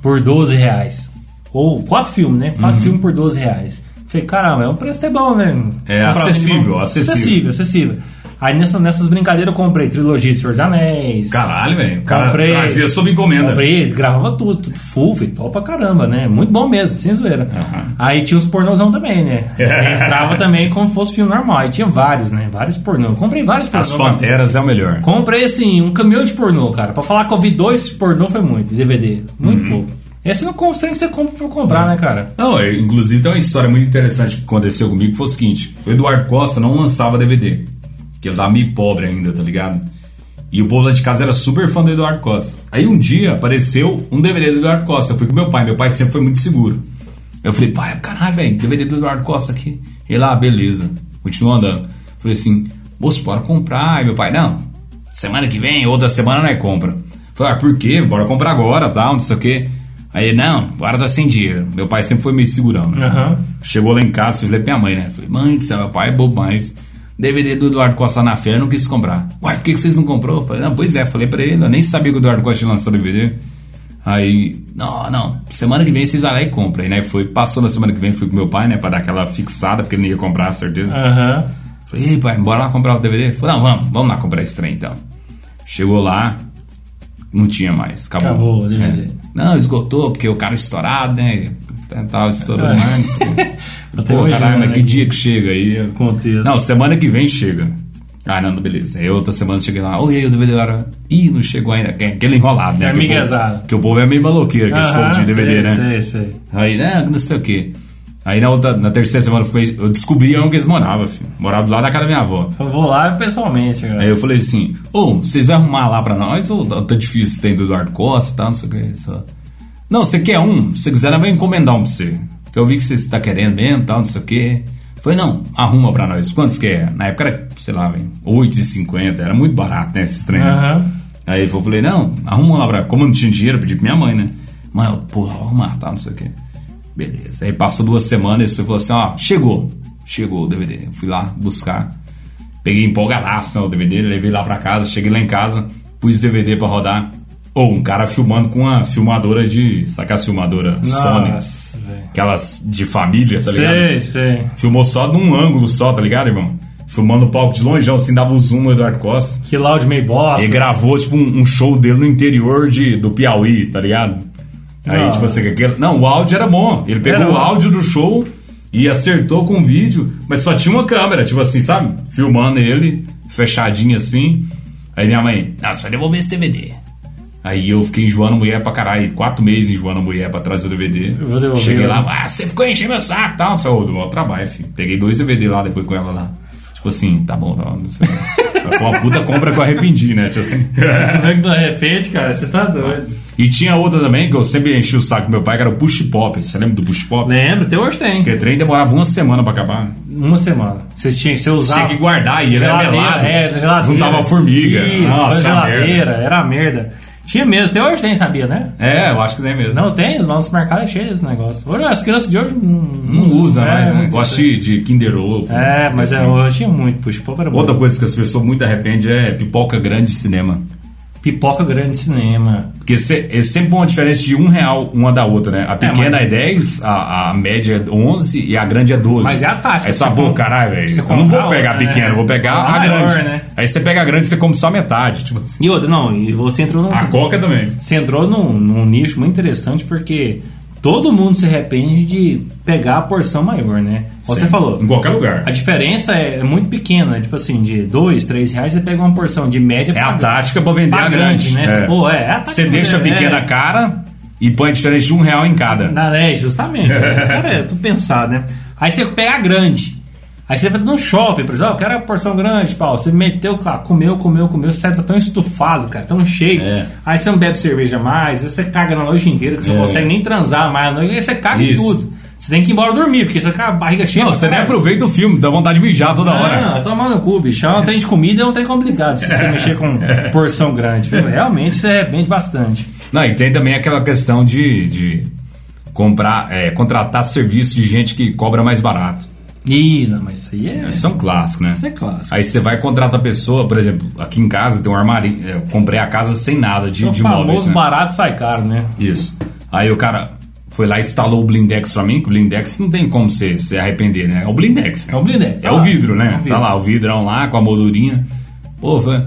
Speaker 1: por 12 reais. Ou quatro filmes, né?
Speaker 2: Uhum.
Speaker 1: Quatro filmes por 12 reais. Falei, caramba, é um preço até bom, né?
Speaker 2: É
Speaker 1: Comprava
Speaker 2: acessível,
Speaker 1: de mão-
Speaker 2: acessível.
Speaker 1: Acessível, acessível. Aí nessa, nessas brincadeiras eu comprei trilogia de Senhor dos Anéis.
Speaker 2: Caralho, velho. O cara
Speaker 1: Comprei.
Speaker 2: trazia sob encomenda.
Speaker 1: Comprei, gravava tudo, tudo full, foi top pra caramba, né? Muito bom mesmo, sem zoeira.
Speaker 2: Aham.
Speaker 1: Aí tinha os pornozão também, né? Entrava também como fosse filme normal. Aí tinha vários, né? Vários pornô. Eu Comprei vários pornô.
Speaker 2: As Panteras é o melhor.
Speaker 1: Comprei, assim, um caminhão de pornô, cara. Pra falar que eu vi dois pornô foi muito, de DVD.
Speaker 2: Uhum.
Speaker 1: Muito pouco. Esse não constrange que você compra pra comprar, né, cara?
Speaker 2: Não, eu- inclusive tem uma história muito interessante que aconteceu comigo que foi o seguinte: o Eduardo Costa não lançava DVD, que ele tava meio pobre ainda, tá ligado? E o povo lá de casa era super fã do Eduardo Costa. Aí um dia apareceu um DVD do Eduardo Costa. Eu fui com meu pai, meu pai sempre foi muito seguro. Eu falei, pai, caralho, velho, DVD do Eduardo Costa aqui. Ele lá, ah, beleza. Continuou andando. Falei assim, moço, bora comprar. Aí meu pai, não, Semana que vem, outra semana não é compra. Falei, ah, por quê? Bora comprar agora, tal, não sei o quê. Aí, ele, não, agora tá sem dinheiro. Meu pai sempre foi meio segurão, né?
Speaker 1: Aham.
Speaker 2: Chegou lá em casa, eu falei pra minha mãe, né? Falei, mãe do céu, meu pai é bobo mais. DVD do Eduardo Costa na feira, eu não quis comprar. Uai, por que, que vocês não comprou? Eu Falei, não, pois é, falei pra ele, eu nem sabia que o Eduardo Costa tinha lançado DVD. Aí, não, não, semana que vem vocês vai lá e compra. Aí, né, foi, passou na semana que vem, fui com meu pai, né, pra dar aquela fixada, porque ele não ia comprar, certeza.
Speaker 1: Aham.
Speaker 2: Falei, ei, pai, bora lá comprar o DVD? Falei, não, vamos, vamos lá comprar esse trem então. Chegou lá, não tinha mais, acabou.
Speaker 1: Acabou o DVD.
Speaker 2: É. Não, esgotou, porque o cara estourado, né? Tava estourando
Speaker 1: É.
Speaker 2: mais.
Speaker 1: Até
Speaker 2: Pô,
Speaker 1: hoje,
Speaker 2: caralho,
Speaker 1: né?
Speaker 2: mas que dia que chega aí?
Speaker 1: Contexto.
Speaker 2: Não, semana que vem chega. Ah, não, beleza. Aí outra semana eu cheguei lá, oi, o DVD era. Ih, não chegou ainda. Que- Aquele enrolado, né?
Speaker 1: É
Speaker 2: Que o povo-
Speaker 1: amiguezado.
Speaker 2: Que o povo é meio maloqueiro, aquele
Speaker 1: Aham,
Speaker 2: povo de DVD,
Speaker 1: sei,
Speaker 2: né?
Speaker 1: Sei, sei.
Speaker 2: Aí, né, não sei o quê. Aí na, outra, na terceira semana eu, fui, eu descobri onde eles moravam, filho. Moravam lá na casa da minha avó.
Speaker 1: Eu vou lá pessoalmente, cara.
Speaker 2: Aí eu falei assim, ô, vocês vão arrumar lá pra nós ou tá difícil tem do Eduardo Costa e tal, não sei o que. Só. Não, você quer um? Se você quiser, eu vou encomendar um pra você. Que eu vi que você tá querendo mesmo e tal, não sei o que. Falei, não, arruma pra nós. Quantos que é? Na época era, sei lá, velho, 8,50. Era muito barato, né, esses trem.
Speaker 1: Aham.
Speaker 2: Aí eu falei, não, arruma lá pra... Como eu não tinha dinheiro, eu pedi pra minha mãe, né? Mãe, eu, porra, vou arrumar, tá, não sei o quê. Beleza. Aí passou duas semanas, ele falou assim, ó, chegou. Chegou o DVD. Eu fui lá buscar. Peguei empolgadaço né, o DVD, levei lá pra casa, cheguei lá em casa, pus o DVD pra rodar. Ou um cara filmando com uma filmadora de. Saca a filmadora Sony?
Speaker 1: Nossa, velho.
Speaker 2: Aquelas de família, tá ligado?
Speaker 1: Sei, sei.
Speaker 2: Filmou só de um ângulo só, tá ligado, irmão? Filmando o palco de longeão, assim, dava o zoom no Eduardo Costa.
Speaker 1: Que loud meio bosta.
Speaker 2: E gravou, tipo, um, um show dele no interior de, do Piauí, tá ligado? Aí,
Speaker 1: Não.
Speaker 2: tipo assim, aquele, não, o áudio era bom. Ele
Speaker 1: Ah.
Speaker 2: pegou
Speaker 1: Era
Speaker 2: o
Speaker 1: bom.
Speaker 2: áudio do show e acertou com o vídeo, mas só tinha uma câmera, tipo assim, sabe? Filmando ele, fechadinho assim. Aí minha mãe, ah, só devolver esse DVD. Aí eu fiquei enjoando a mulher pra caralho, quatro meses enjoando a mulher pra trás do DVD.
Speaker 1: vou devolver. né?
Speaker 2: Cheguei lá, ah, você ficou enchendo meu saco e tal. Saiu do maior trabalho, filho. Peguei dois DVD lá depois com ela lá. Tipo assim, tá bom, tá bom, não sei. Mas Foi uma puta compra que eu arrependi, né? Tipo assim.
Speaker 1: Como é que de repente, cara? Você tá doido.
Speaker 2: E tinha outra também que eu sempre enchi o saco do meu pai, que era o push pop. Você lembra do push pop?
Speaker 1: Lembro, até hoje tem.
Speaker 2: Porque trem demorava uma semana pra acabar. né?
Speaker 1: Uma semana. Você tinha, você
Speaker 2: Tinha
Speaker 1: usava.
Speaker 2: que guardar e ele era
Speaker 1: geladeira,
Speaker 2: melado.
Speaker 1: é, da geladeira.
Speaker 2: Juntava formiga.
Speaker 1: Isso,
Speaker 2: Nossa,
Speaker 1: da geladeira,
Speaker 2: merda.
Speaker 1: era a merda. Tinha mesmo, até hoje tem, sabia, né?
Speaker 2: É, eu acho que tem mesmo.
Speaker 1: Não tem, os nossos mercados é cheio desse negócio. Hoje as crianças de hoje não,
Speaker 2: Não usa
Speaker 1: é,
Speaker 2: mais, né?
Speaker 1: não
Speaker 2: Gosta
Speaker 1: sei.
Speaker 2: de, de Kinder Ovo.
Speaker 1: É, mas é,
Speaker 2: assim.
Speaker 1: eu tinha muito, puxa, pop era bom.
Speaker 2: Outra coisa que as pessoas muito arrependem é pipoca grande de cinema.
Speaker 1: Pipoca grande de cinema.
Speaker 2: Porque se- é sempre uma diferença de um real uma da outra, né? A pequena é,
Speaker 1: mas-
Speaker 2: 10, a, a média é 11 e a grande é 12.
Speaker 1: Mas é a tática,
Speaker 2: Aí só,
Speaker 1: você
Speaker 2: pô,
Speaker 1: compra-
Speaker 2: caralho, velho.
Speaker 1: você
Speaker 2: Eu não vou
Speaker 1: compra
Speaker 2: pegar a
Speaker 1: outra,
Speaker 2: pequena,
Speaker 1: né?
Speaker 2: eu vou pegar
Speaker 1: A
Speaker 2: a,
Speaker 1: maior,
Speaker 2: grande.
Speaker 1: né?
Speaker 2: Aí você pega a grande e você come só metade. Tipo assim.
Speaker 1: E outra, não, e você entrou num.
Speaker 2: A coca também.
Speaker 1: Você entrou num, num nicho muito interessante porque todo mundo se arrepende de pegar a porção maior, né? Como Você
Speaker 2: Sim.
Speaker 1: falou.
Speaker 2: Em qualquer lugar.
Speaker 1: A diferença é muito pequena, tipo assim, de dois, três reais você pega uma porção de média
Speaker 2: É
Speaker 1: pra
Speaker 2: a
Speaker 1: grande.
Speaker 2: tática pra vender
Speaker 1: Pra
Speaker 2: a grande.
Speaker 1: grande, né?
Speaker 2: É.
Speaker 1: Pô, é, é a
Speaker 2: Você
Speaker 1: tática,
Speaker 2: deixa a
Speaker 1: né?
Speaker 2: pequena
Speaker 1: É.
Speaker 2: cara e põe a diferença de um real em cada.
Speaker 1: Na, é, justamente. Cara, é tudo pensado, né? Aí você pega a grande. Aí você vai num shopping, por exemplo, "Ah, eu quero a porção grande, pau. Você meteu, cara, comeu, comeu, comeu, você tá tão estufado, cara, tão cheio.
Speaker 2: É.
Speaker 1: Aí você não bebe cerveja mais, aí você caga na noite inteira, que você
Speaker 2: É.
Speaker 1: não consegue nem transar mais à noite, aí você caga em
Speaker 2: Isso.
Speaker 1: tudo. Você tem que ir embora dormir, porque você fica com a barriga cheia.
Speaker 2: Não, é você nem aproveita o filme, dá vontade de mijar toda hora.
Speaker 1: Não, tomar no cu, bicho. É um trem de comida, é um trem complicado se você mexer com porção grande. viu? Realmente você arrepende bastante.
Speaker 2: Não, e tem também aquela questão de, de comprar, é, contratar serviço de gente que cobra mais barato.
Speaker 1: Ih, não, mas isso aí é.
Speaker 2: Isso é um clássico, né?
Speaker 1: Isso é clássico.
Speaker 2: Aí você vai contratar a pessoa, por exemplo, aqui em casa tem um armarinho. Eu comprei a casa sem nada de,
Speaker 1: O
Speaker 2: de
Speaker 1: um famoso
Speaker 2: móveis. Né?
Speaker 1: barato sai caro, né?
Speaker 2: Isso. Aí o cara foi lá e instalou o Blindex pra mim, que o Blindex não tem como você se arrepender, né? É o Blindex.
Speaker 1: É o Blindex, tá
Speaker 2: é o
Speaker 1: lá.
Speaker 2: vidro, né?
Speaker 1: É o vidro.
Speaker 2: Tá lá, o vidrão lá com a moldurinha. Pô, foi...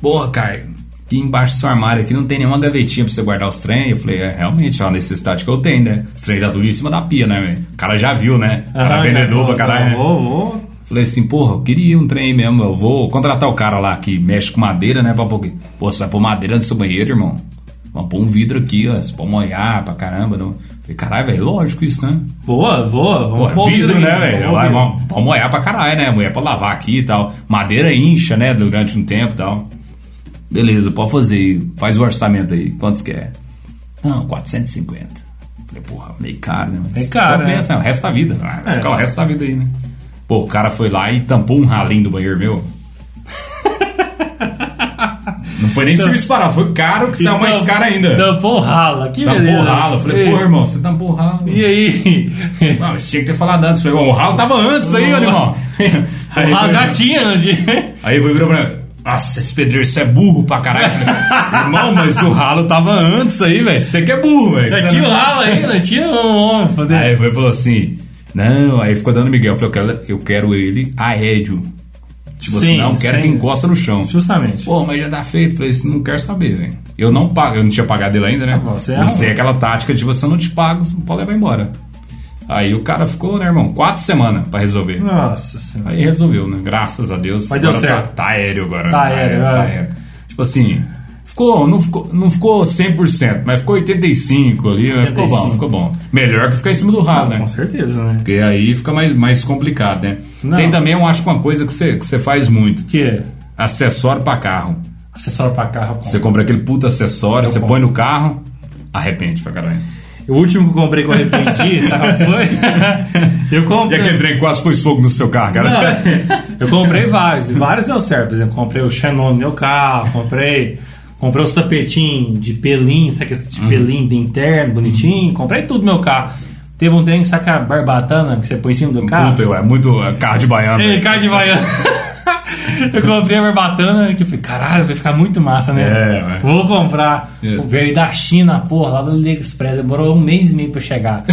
Speaker 2: Porra, cara, aqui embaixo do seu armário aqui não tem nenhuma gavetinha pra você guardar os trem. Eu falei, é, realmente, é uma necessidade que eu tenho, né? Os trem tá tudo em cima da pia, né, velho? O cara já viu, né? O cara
Speaker 1: Ah,
Speaker 2: vendedor pra
Speaker 1: nossa,
Speaker 2: caralho. né?
Speaker 1: Vou, vou.
Speaker 2: Falei assim, porra, eu queria um trem mesmo. Eu vou contratar o cara lá que mexe com madeira, né? Pra porque, pô, você vai pôr madeira no seu banheiro, irmão. Vamos pôr um vidro aqui, ó. Você pode molhar pra caramba. Não. Falei, caralho, velho, lógico isso, né?
Speaker 1: Boa, boa.
Speaker 2: Pô,
Speaker 1: Vamos
Speaker 2: é
Speaker 1: pôr o
Speaker 2: vidro,
Speaker 1: vidro
Speaker 2: né,
Speaker 1: aqui, vamos pôr
Speaker 2: velho?
Speaker 1: o
Speaker 2: Vai,
Speaker 1: vidro.
Speaker 2: Vamos vamos molhar pra caralho, né? Mulher pra lavar aqui e tal. Madeira incha, né? Durante um tempo e tal. Beleza, pode fazer. Faz o orçamento aí. Quantos que é? Não, 450. Falei, porra, meio caro, né? Mas
Speaker 1: É caro, É.
Speaker 2: compensa, né? O resto da vida. Ah, Vai ficar o resto da vida aí, né? Pô, o cara foi lá e tampou um ralinho do banheiro meu. Não foi nem serviço parado, foi caro que saiu mais
Speaker 1: Então,
Speaker 2: caro ainda.
Speaker 1: Tampou rala, que
Speaker 2: Tampou
Speaker 1: beleza.
Speaker 2: o ralo. Eu Falei,
Speaker 1: E-
Speaker 2: pô, irmão, você tampou o ralo.
Speaker 1: E aí?
Speaker 2: Não, você tinha que ter falado antes. Falei, "Bom, o ralo tava antes aí, animal.
Speaker 1: o ralo já
Speaker 2: Aí,
Speaker 1: tinha né? onde.
Speaker 2: aí foi virou pra mim. Nossa, esse pedreiro, isso é burro pra caralho. Irmão, mas o ralo tava antes aí, velho. Você que é burro, velho.
Speaker 1: Já
Speaker 2: Você
Speaker 1: tinha o
Speaker 2: não-
Speaker 1: ralo ainda, tinha um homem. pra dentro.
Speaker 2: Aí foi e falou assim: Não, aí ficou dando Miguel. Eu falei, eu quero, eu quero ele aéreo. Tipo assim,
Speaker 1: Sim,
Speaker 2: não, quero
Speaker 1: sim.
Speaker 2: que encosta no chão.
Speaker 1: Justamente.
Speaker 2: Pô, mas já tá feito. Falei assim, não quero saber, velho. Eu não pago, eu não tinha pagado ele ainda, né?
Speaker 1: bom, Ah, você é um-
Speaker 2: eu
Speaker 1: arruma.
Speaker 2: sei aquela tática de você não te pago, você não pode levar embora. Aí o cara ficou, né, irmão? Quatro semanas pra resolver.
Speaker 1: Nossa senhora.
Speaker 2: Aí resolveu, né? Graças a Deus.
Speaker 1: Mas deu
Speaker 2: Agora
Speaker 1: certo.
Speaker 2: Tá, tá aéreo agora.
Speaker 1: Tá aéreo,
Speaker 2: tá
Speaker 1: é.
Speaker 2: aéreo. Tipo assim, ficou, não, ficou, não ficou 100%, mas ficou 85% ali. mas Ficou bom,
Speaker 1: 85.
Speaker 2: ficou bom. Melhor que ficar em cima do ralo, né?
Speaker 1: Com certeza, né?
Speaker 2: Porque aí fica mais, mais complicado, né?
Speaker 1: Não.
Speaker 2: Tem também, eu acho, que uma coisa que você, que você faz muito.
Speaker 1: Que
Speaker 2: Acessório pra carro.
Speaker 1: acessório pra carro. pô.
Speaker 2: Você compra aquele puta acessório, você
Speaker 1: compro.
Speaker 2: põe no carro, arrepende pra caralho.
Speaker 1: O último que eu comprei que eu arrependi, sabe qual foi? Eu
Speaker 2: E
Speaker 1: comprei.
Speaker 2: aquele trem que quase pôs fogo no seu carro, cara.
Speaker 1: Não, eu comprei vários, e vários deu certo. Por exemplo, comprei o Xenon no meu carro, comprei. Comprei os tapetinhos de pelim, sabe esse
Speaker 2: Uhum.
Speaker 1: de pelim de interno, bonitinho. Comprei tudo no meu carro. Teve um trem, saca
Speaker 2: Um
Speaker 1: a barbatana que você põe em cima do carro?
Speaker 2: Puta, é muito é, carro de baiano.
Speaker 1: Ei,
Speaker 2: né?
Speaker 1: carro de vaiana. Eu comprei a barbatana que eu falei, caralho, vai ficar muito massa, né?
Speaker 2: É, ué.
Speaker 1: Vou comprar.
Speaker 2: É.
Speaker 1: Pô, Veio da China, porra, lá do AliExpress. Demorou um mês e meio pra chegar.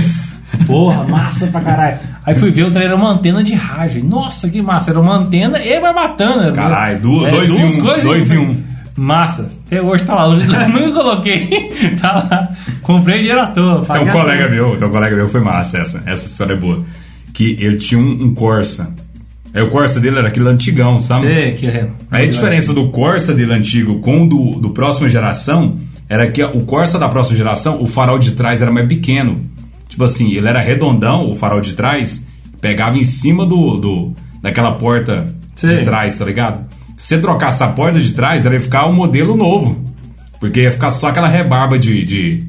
Speaker 1: Porra, massa pra caralho. Aí fui ver, o trem era uma antena de rádio. Nossa, que massa. Era uma antena e barbatana.
Speaker 2: Caralho, du- dois em
Speaker 1: duas
Speaker 2: um,
Speaker 1: coisas
Speaker 2: dois em um.
Speaker 1: Massa. Até hoje tá lá. Eu nunca coloquei. Tá lá. Comprei dinheiro à toa.
Speaker 2: Tem
Speaker 1: paguei
Speaker 2: um
Speaker 1: à
Speaker 2: colega
Speaker 1: toa.
Speaker 2: meu, tem um colega meu, foi massa essa. Essa história é boa. Que ele tinha um, um Corsa. Aí o Corsa dele era aquele antigão, sabe?
Speaker 1: É, que é.
Speaker 2: Aí a diferença do Corsa dele antigo com o do, do próxima geração era que o Corsa da próxima geração, o farol de trás era mais pequeno. Tipo assim, ele era redondão, o farol de trás, pegava em cima do, do daquela porta de
Speaker 1: Sei.
Speaker 2: trás, tá ligado? Se você trocasse a porta de trás, ela ia ficar um modelo novo. Porque ia ficar só aquela rebarba de, de,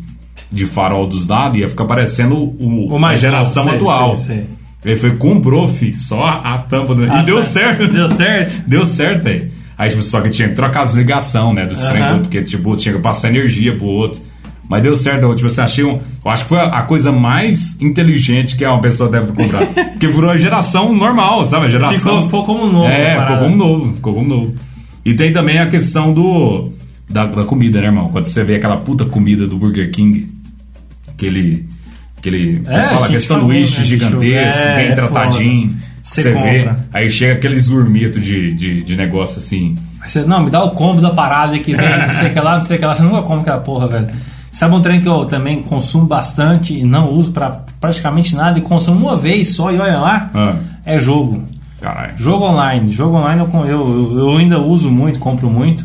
Speaker 2: de farol dos lados, ia ficar parecendo o,
Speaker 1: O
Speaker 2: a
Speaker 1: mais
Speaker 2: geração
Speaker 1: novo, sei,
Speaker 2: atual.
Speaker 1: sei, sei.
Speaker 2: Ele foi, comprou, fi, só a tampa do... e deu certo.
Speaker 1: Deu certo?
Speaker 2: Deu certo aí. Aí, tipo, só que tinha que trocar as ligações, né? Dos
Speaker 1: Aham.
Speaker 2: trem tudo, porque, tipo, tinha que passar energia pro outro. Mas deu certo, eu, tipo, você achei um. Eu acho que foi a coisa mais inteligente que uma pessoa deve comprar. porque virou a geração normal, sabe? A
Speaker 1: Ficou-
Speaker 2: geração.
Speaker 1: ficou como um novo,
Speaker 2: É,
Speaker 1: a
Speaker 2: ficou
Speaker 1: parada.
Speaker 2: como novo, ficou como um novo. E tem também a questão do. Da, da comida, né, irmão? Quando você vê aquela puta comida do Burger King, aquele. Aquele.
Speaker 1: É,
Speaker 2: como fala,
Speaker 1: a gente
Speaker 2: aquele sanduíche
Speaker 1: falou, né, bicho?
Speaker 2: gigantesco,
Speaker 1: É,
Speaker 2: bem
Speaker 1: é
Speaker 2: tratadinho.
Speaker 1: foda.
Speaker 2: Você,
Speaker 1: Você
Speaker 2: vê.
Speaker 1: compra.
Speaker 2: Aí chega aqueles gourmetos de, de, de negócio assim.
Speaker 1: Aí você, não, me dá o combo da parada que vem, não sei o que lá, não sei o que lá. Você nunca come aquela porra, velho. Sabe um trem que eu também consumo bastante e não uso pra praticamente nada e consumo uma vez só e olha lá?
Speaker 2: Ah.
Speaker 1: É jogo.
Speaker 2: Caralho.
Speaker 1: Jogo online. Jogo online eu, com- eu, eu ainda uso muito, compro muito.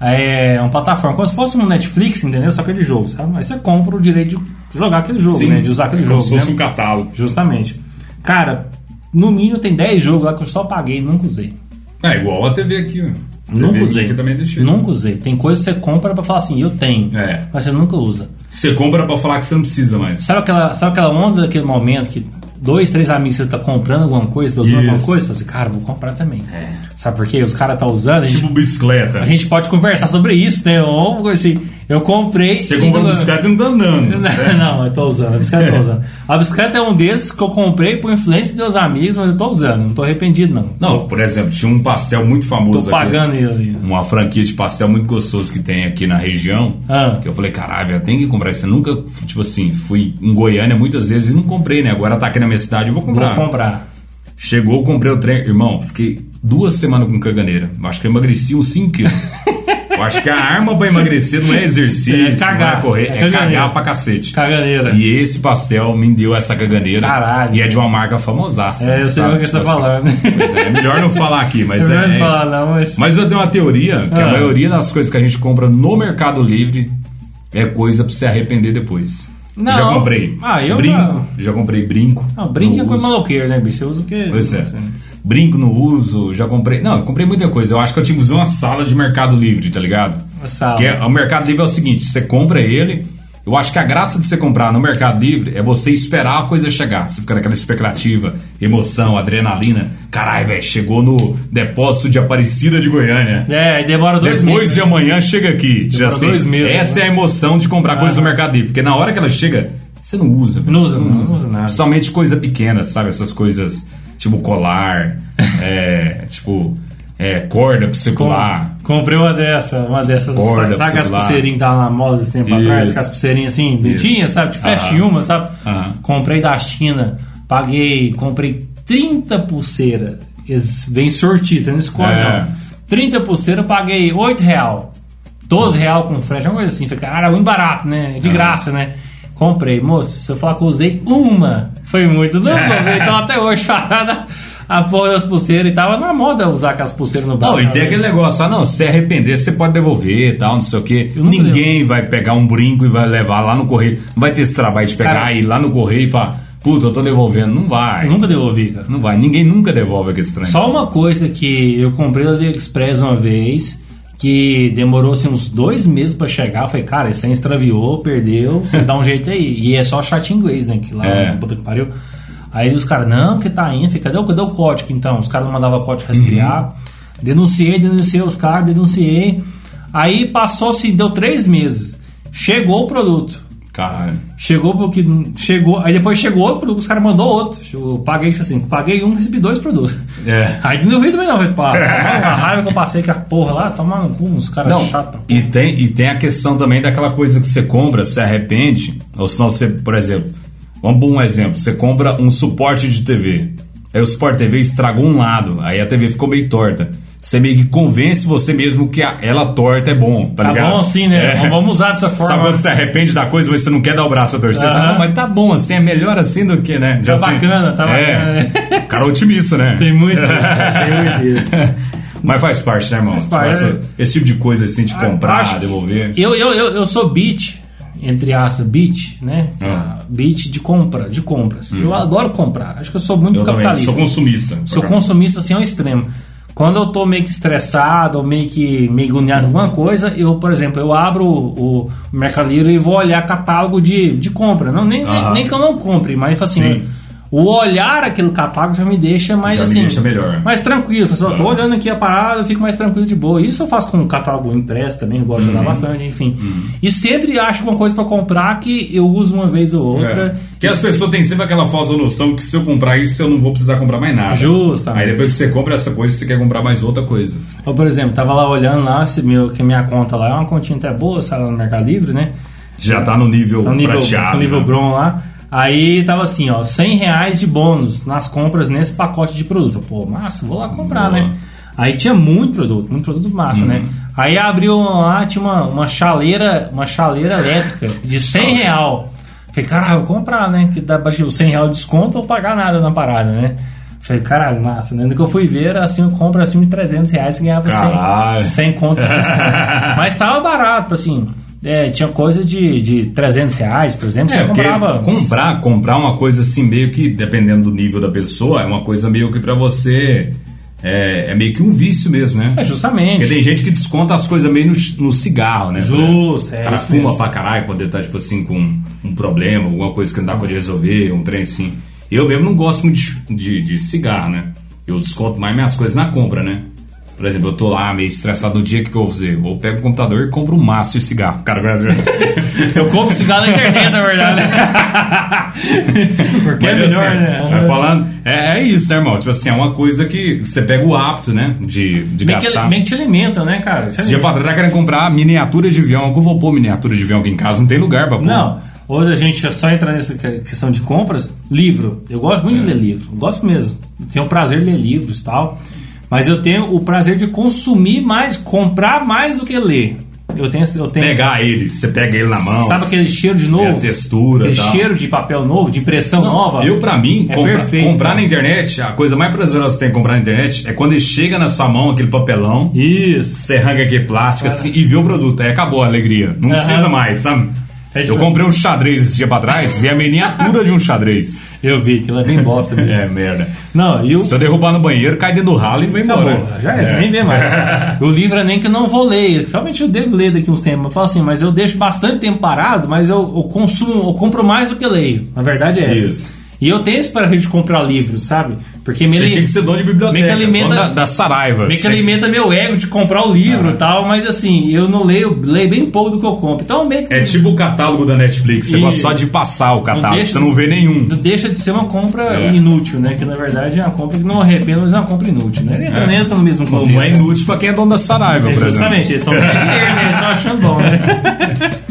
Speaker 1: É uma plataforma, como se fosse um Netflix, entendeu? Só aquele jogo, sabe? Aí você compra o direito de jogar aquele jogo, né? De usar aquele
Speaker 2: como
Speaker 1: jogo.
Speaker 2: se fosse
Speaker 1: né?
Speaker 2: um catálogo.
Speaker 1: Justamente. Cara, no mínimo tem 10 jogos lá que eu só paguei e nunca usei.
Speaker 2: É igual a TV aqui, ó. A TV
Speaker 1: Nunca
Speaker 2: aqui
Speaker 1: usei.
Speaker 2: que também é deixei.
Speaker 1: Nunca usei. Tem coisa que você compra pra falar assim, eu tenho.
Speaker 2: É.
Speaker 1: Mas você nunca usa.
Speaker 2: Você compra pra falar que você não precisa mais.
Speaker 1: Sabe aquela, sabe aquela onda daquele momento que dois, três amigos você tá comprando alguma coisa, tá usando
Speaker 2: Isso. É.
Speaker 1: alguma coisa? Você fala assim, cara, vou comprar também. Sabe por quê? Os caras tá usando, a gente,
Speaker 2: Tipo bicicleta.
Speaker 1: a gente pode conversar sobre isso, né? Ou alguma coisa assim. Eu comprei.
Speaker 2: Você comprou uma bicicleta e não tá andando.
Speaker 1: Não, não, eu tô usando. A bicicleta eu tô usando. A bicicleta é um desses que eu comprei por influência dos meus amigos, mas eu tô usando. Não tô arrependido, não.
Speaker 2: Não, por exemplo, tinha um pastel muito
Speaker 1: Tô
Speaker 2: famoso aqui.
Speaker 1: pagando ele.
Speaker 2: Uma franquia de pastel muito gostoso que tem aqui na região.
Speaker 1: Ah.
Speaker 2: Que eu falei, caralho, eu tenho que comprar isso. Eu nunca, tipo assim, fui em Goiânia muitas vezes e não comprei, né? Agora tá aqui na minha cidade, eu vou
Speaker 1: Vou
Speaker 2: comprar.
Speaker 1: comprar.
Speaker 2: Chegou, comprei o trem. Irmão, fiquei duas semanas com caganeira. Eu Acho que eu emagreci uns 5 quilos. Eu acho que a arma pra emagrecer não é exercício,
Speaker 1: É cagar,
Speaker 2: não é correr,
Speaker 1: é
Speaker 2: é,
Speaker 1: caganeira.
Speaker 2: cagar pra cacete.
Speaker 1: Caganeira.
Speaker 2: E esse pastel me deu essa caganeira.
Speaker 1: Caralho.
Speaker 2: E é de uma marca famosaça.
Speaker 1: É, eu sei
Speaker 2: sabe?
Speaker 1: o que você tá
Speaker 2: Tipo assim,
Speaker 1: falando.
Speaker 2: Pois é, é melhor não falar aqui, mas
Speaker 1: Eu
Speaker 2: é.
Speaker 1: não ia
Speaker 2: é
Speaker 1: falar,
Speaker 2: isso.
Speaker 1: não, mas.
Speaker 2: Mas eu tenho uma teoria que a
Speaker 1: Ah.
Speaker 2: maioria das coisas que a gente compra no Mercado Livre é coisa pra se arrepender depois.
Speaker 1: Não.
Speaker 2: Eu já comprei.
Speaker 1: Ah, eu
Speaker 2: brinco. Já comprei brinco.
Speaker 1: Não, Ah, brinca
Speaker 2: no
Speaker 1: com
Speaker 2: uso.
Speaker 1: maloqueiro, né, bicho? Você usa o quê?
Speaker 2: Pois é.
Speaker 1: Não sei.
Speaker 2: Brinco no uso, já comprei. Não, eu comprei muita coisa. Eu acho que eu tive que usar uma sala de Mercado Livre, tá ligado?
Speaker 1: Uma sala.
Speaker 2: Que é- o Mercado Livre é o seguinte: você compra ele. Eu acho que a graça de você comprar no Mercado Livre é você esperar a coisa chegar. Você fica naquela expectativa, emoção, adrenalina. Caralho, velho, chegou no depósito de Aparecida de Goiânia.
Speaker 1: É, aí demora dois
Speaker 2: Depois
Speaker 1: meses.
Speaker 2: de amanhã chega aqui. Já
Speaker 1: Demora
Speaker 2: assim,
Speaker 1: dois meses,
Speaker 2: essa
Speaker 1: né? Ah.
Speaker 2: é a emoção de comprar coisas no Mercado Livre. Porque na hora que ela chega, você não usa. velho.
Speaker 1: Não
Speaker 2: Você
Speaker 1: usa, não usa nada.
Speaker 2: Somente coisa pequena, sabe? Essas coisas tipo colar, é, tipo é, corda pra você pular.
Speaker 1: Comprei uma dessa, uma dessas.
Speaker 2: Borda,
Speaker 1: sabe sabe aquelas
Speaker 2: celular.
Speaker 1: pulseirinhas que tava na moda esse tempo atrás?
Speaker 2: Isso.
Speaker 1: Aquelas pulseirinhas assim, bonitinhas, sabe? De fecha em
Speaker 2: Aham.
Speaker 1: uma, sabe?
Speaker 2: Aham.
Speaker 1: Comprei da China, paguei, comprei 30 pulseiras. Eles vêm sortido, você não escolhe
Speaker 2: É.
Speaker 1: não. 30 pulseiras, paguei 8 real. 12 real com frete, uma coisa assim. Falei, cara, muito barato, né? De graça, né? Comprei. Moço, se eu falar que eu usei uma, foi muito. Não, comprei, então até hoje parada a porra das pulseiras e tava na moda usar aquelas pulseiras no braço.
Speaker 2: Não, e tem
Speaker 1: né?
Speaker 2: aquele negócio, ah, não, se arrepender, você pode devolver e tal, não sei o quê.
Speaker 1: Eu não
Speaker 2: Ninguém vai pegar um brinco e vai levar lá no correio. Não vai ter esse trabalho de pegar
Speaker 1: Cara-
Speaker 2: e ir lá no correio e falar, puta, eu tô devolvendo. Não vai.
Speaker 1: Eu nunca devolvi, cara.
Speaker 2: Não vai. Ninguém nunca devolve aquele trem.
Speaker 1: Só uma coisa que eu comprei do AliExpress uma vez, que demorou assim, uns dois meses pra chegar. Eu falei, cara, esse trem extraviou, perdeu, vocês dão um jeito aí. E é só chat em inglês, né? Que lá,
Speaker 2: É.
Speaker 1: puta que pariu. Aí os caras, não, que tá indo. Eu Falei, cadê, o- cadê o código então? Os caras não mandavam código rastrear. Denunciei, denunciei os caras, denunciei. Aí passou assim, deu três meses. Chegou o produto.
Speaker 2: Caralho.
Speaker 1: Chegou porque. Chegou. Aí depois chegou outro produto, os caras mandou outro. Chegou, eu paguei, tipo assim, paguei um, recebi dois produtos.
Speaker 2: É.
Speaker 1: Aí não vi também não, falei, pá, a raiva que eu passei com a porra lá, tomar no cu, uns caras
Speaker 2: Não,
Speaker 1: chatos.
Speaker 2: e tem, e tem a questão também daquela coisa que você compra, se arrepende, ou se não você, por exemplo, vamos por um exemplo, você compra um suporte de TV, aí o suporte TV estragou um lado, aí a TV ficou meio torta. Você meio que convence você mesmo que a- ela torta é bom, tá,
Speaker 1: Tá
Speaker 2: ligado?
Speaker 1: bom assim, né?
Speaker 2: É.
Speaker 1: Vamos usar dessa forma.
Speaker 2: Sabe quando você arrepende da coisa, mas você não quer dar o braço a torcer? Você
Speaker 1: Aham.
Speaker 2: fala, não, mas tá bom assim, é melhor assim do que, né?
Speaker 1: Tá
Speaker 2: sei."
Speaker 1: bacana, tá
Speaker 2: É.
Speaker 1: bacana, né?
Speaker 2: Cara otimista, né?
Speaker 1: Tem muito isso, cara, tem muito isso.
Speaker 2: Mas faz parte, né, irmão?
Speaker 1: parte,
Speaker 2: Essa-
Speaker 1: né?
Speaker 2: esse tipo de coisa assim, de comprar,
Speaker 1: acho que-
Speaker 2: devolver.
Speaker 1: Eu, eu, eu, eu sou beat, entre aspas, beat, né?
Speaker 2: Ah. Hum.
Speaker 1: Beat de compra, de compras. Eu adoro comprar. Acho que eu sou muito
Speaker 2: Eu também
Speaker 1: capitalista.
Speaker 2: sou consumista.
Speaker 1: é Sou consumista assim ao extremo. Quando eu tô meio que estressado ou meio que meio agoniado em alguma coisa, eu, por exemplo, eu abro o, o Mercado Livre e vou olhar catálogo de, de compra. Não, nem, nem-
Speaker 2: Aham.
Speaker 1: nem que eu não compre, mas tipo assim,
Speaker 2: Sim.
Speaker 1: o olhar aquele catálogo já me deixa mais
Speaker 2: Já me
Speaker 1: assim.
Speaker 2: deixa melhor.
Speaker 1: Mais tranquilo. Eu falo, assim, tô olhando aqui a parada, eu fico mais tranquilo de boa. Isso eu faço com um catálogo impresso também, eu gosto
Speaker 2: Uhum.
Speaker 1: de olhar bastante, enfim. E sempre acho uma coisa pra comprar que eu uso uma vez ou outra.
Speaker 2: É. Que as pessoas têm sempre aquela falsa noção que se eu comprar isso, eu não vou precisar comprar mais nada.
Speaker 1: Justamente.
Speaker 2: Aí depois que você compra essa coisa, você quer comprar mais outra coisa.
Speaker 1: Ou, por exemplo, tava lá olhando lá, esse meu, que minha conta lá é uma continha até boa, sai lá no Mercado Livre, né?
Speaker 2: Já tá no nível,
Speaker 1: Tá no nível,
Speaker 2: prateado.
Speaker 1: tá no nível
Speaker 2: né?
Speaker 1: bron lá. Aí tava assim, ó, 100 reais de bônus nas compras nesse pacote de produto. Pô, massa, vou lá comprar,
Speaker 2: Boa. Uhum.
Speaker 1: né? Aí tinha muito produto, muito produto massa, né? Aí abriu lá, tinha uma, uma chaleira, uma chaleira elétrica de 100 real. Falei, caralho, vou comprar, né? Que dá pra o 100 real de desconto ou pagar nada na parada, né? Falei, caralho, massa, né? No que eu fui ver, era assim, eu compro acima de 300 reais e ganhava 100,
Speaker 2: Caralho. É.
Speaker 1: 100 conto de desconto. Mas tava barato, assim. é, tinha coisa de, de 300 reais, por exemplo.
Speaker 2: É,
Speaker 1: você
Speaker 2: porque
Speaker 1: comprava.
Speaker 2: comprar, comprar uma coisa assim, meio que, dependendo do nível da pessoa, é uma coisa meio que pra você. É, é meio que um vício mesmo, né?
Speaker 1: É, justamente.
Speaker 2: Porque tem gente que desconta as coisas meio no, no cigarro, né?
Speaker 1: Justo, é
Speaker 2: O cara
Speaker 1: isso
Speaker 2: fuma
Speaker 1: mesmo.
Speaker 2: pra caralho quando ele tá, tipo assim, com um, um problema, alguma coisa que não dá com de resolver, um trem assim. Eu mesmo não gosto muito de, de, de cigarro, né? Eu desconto mais minhas coisas na compra, né? Por exemplo, eu tô lá meio estressado no dia, o que, que eu vou fazer? Eu pego o computador e compro um maço de cigarro. Cara,
Speaker 1: Eu compro cigarro na internet, na verdade. Porque é
Speaker 2: né? Mas,
Speaker 1: melhor,
Speaker 2: assim,
Speaker 1: né?
Speaker 2: vai falando, é, é isso, né, irmão? Tipo assim, é uma coisa que você pega o hábito, né? De, de
Speaker 1: Bem que, ele-
Speaker 2: gastar.
Speaker 1: bem que te alimenta, né, cara? Te
Speaker 2: Esse dia pra trás tá querendo comprar miniatura de avião. Eu vou pôr miniatura de avião aqui em casa, não tem lugar pra pôr.
Speaker 1: Não, hoje a gente só entra nessa que- questão de compras. Livro. Eu gosto muito de
Speaker 2: É.
Speaker 1: ler livro. Eu gosto mesmo. Tenho o prazer de ler livros e tal. Mas eu tenho o prazer de consumir mais, comprar mais do que ler. Eu tenho. esse- Eu tenho
Speaker 2: Pegar ele, você pega ele na mão.
Speaker 1: Sabe aquele cheiro de
Speaker 2: É
Speaker 1: novo?
Speaker 2: a textura,
Speaker 1: Aquele
Speaker 2: tal.
Speaker 1: cheiro de papel novo, de impressão nova.
Speaker 2: Eu, pra mim,
Speaker 1: É
Speaker 2: compra-
Speaker 1: perfeito,
Speaker 2: comprar
Speaker 1: cara.
Speaker 2: na internet, a coisa mais prazerosa que tem que comprar na internet é quando ele chega na sua mão, aquele papelão,
Speaker 1: Isso.
Speaker 2: você arranca aquele plástico assim, e vê o produto. Aí acabou a alegria. Não
Speaker 1: Aham.
Speaker 2: precisa mais, sabe?
Speaker 1: É
Speaker 2: Eu
Speaker 1: tipo-
Speaker 2: comprei um xadrez esse dia pra trás, vi a miniatura de um xadrez.
Speaker 1: Eu vi, aquilo é bem bosta. mesmo.
Speaker 2: É, tá merda.
Speaker 1: Não, e o.
Speaker 2: Se eu derrubar no banheiro, cai dentro do ralo e vai embora.
Speaker 1: Acabou, já é, você nem vê mais. o livro é nem que eu não vou ler. Realmente eu devo ler daqui uns tempos. Eu falo assim, mas eu deixo bastante tempo parado, mas eu, eu consumo, eu compro mais do que leio. Na verdade é essa.
Speaker 2: Isso.
Speaker 1: E eu tenho esse prazer de comprar livros, sabe? Porque me,
Speaker 2: Você
Speaker 1: ali-
Speaker 2: tinha que ser dono de
Speaker 1: meio que
Speaker 2: biblioteca,
Speaker 1: alimenta-
Speaker 2: dono da, da Saraiva.
Speaker 1: meio que alimenta meu ego de comprar o
Speaker 2: Ah.
Speaker 1: livro e tal, mas assim, eu não leio, leio bem pouco do que eu compro. Então meio que
Speaker 2: É tipo o catálogo da Netflix, você
Speaker 1: Isso.
Speaker 2: gosta só de passar o catálogo,
Speaker 1: deixa-
Speaker 2: Ah, tá, você não vê nenhum.
Speaker 1: deixa de ser uma compra
Speaker 2: É.
Speaker 1: inútil, né? Que na verdade é uma compra que não arrependa, mas é uma compra inútil, né? Entra, entra no mesmo contexto.
Speaker 2: Não é inútil pra quem é dono da Saraiva, por exemplo.
Speaker 1: Justamente, eles estão ganhando dinheiro, né? eles estão achando bom, né?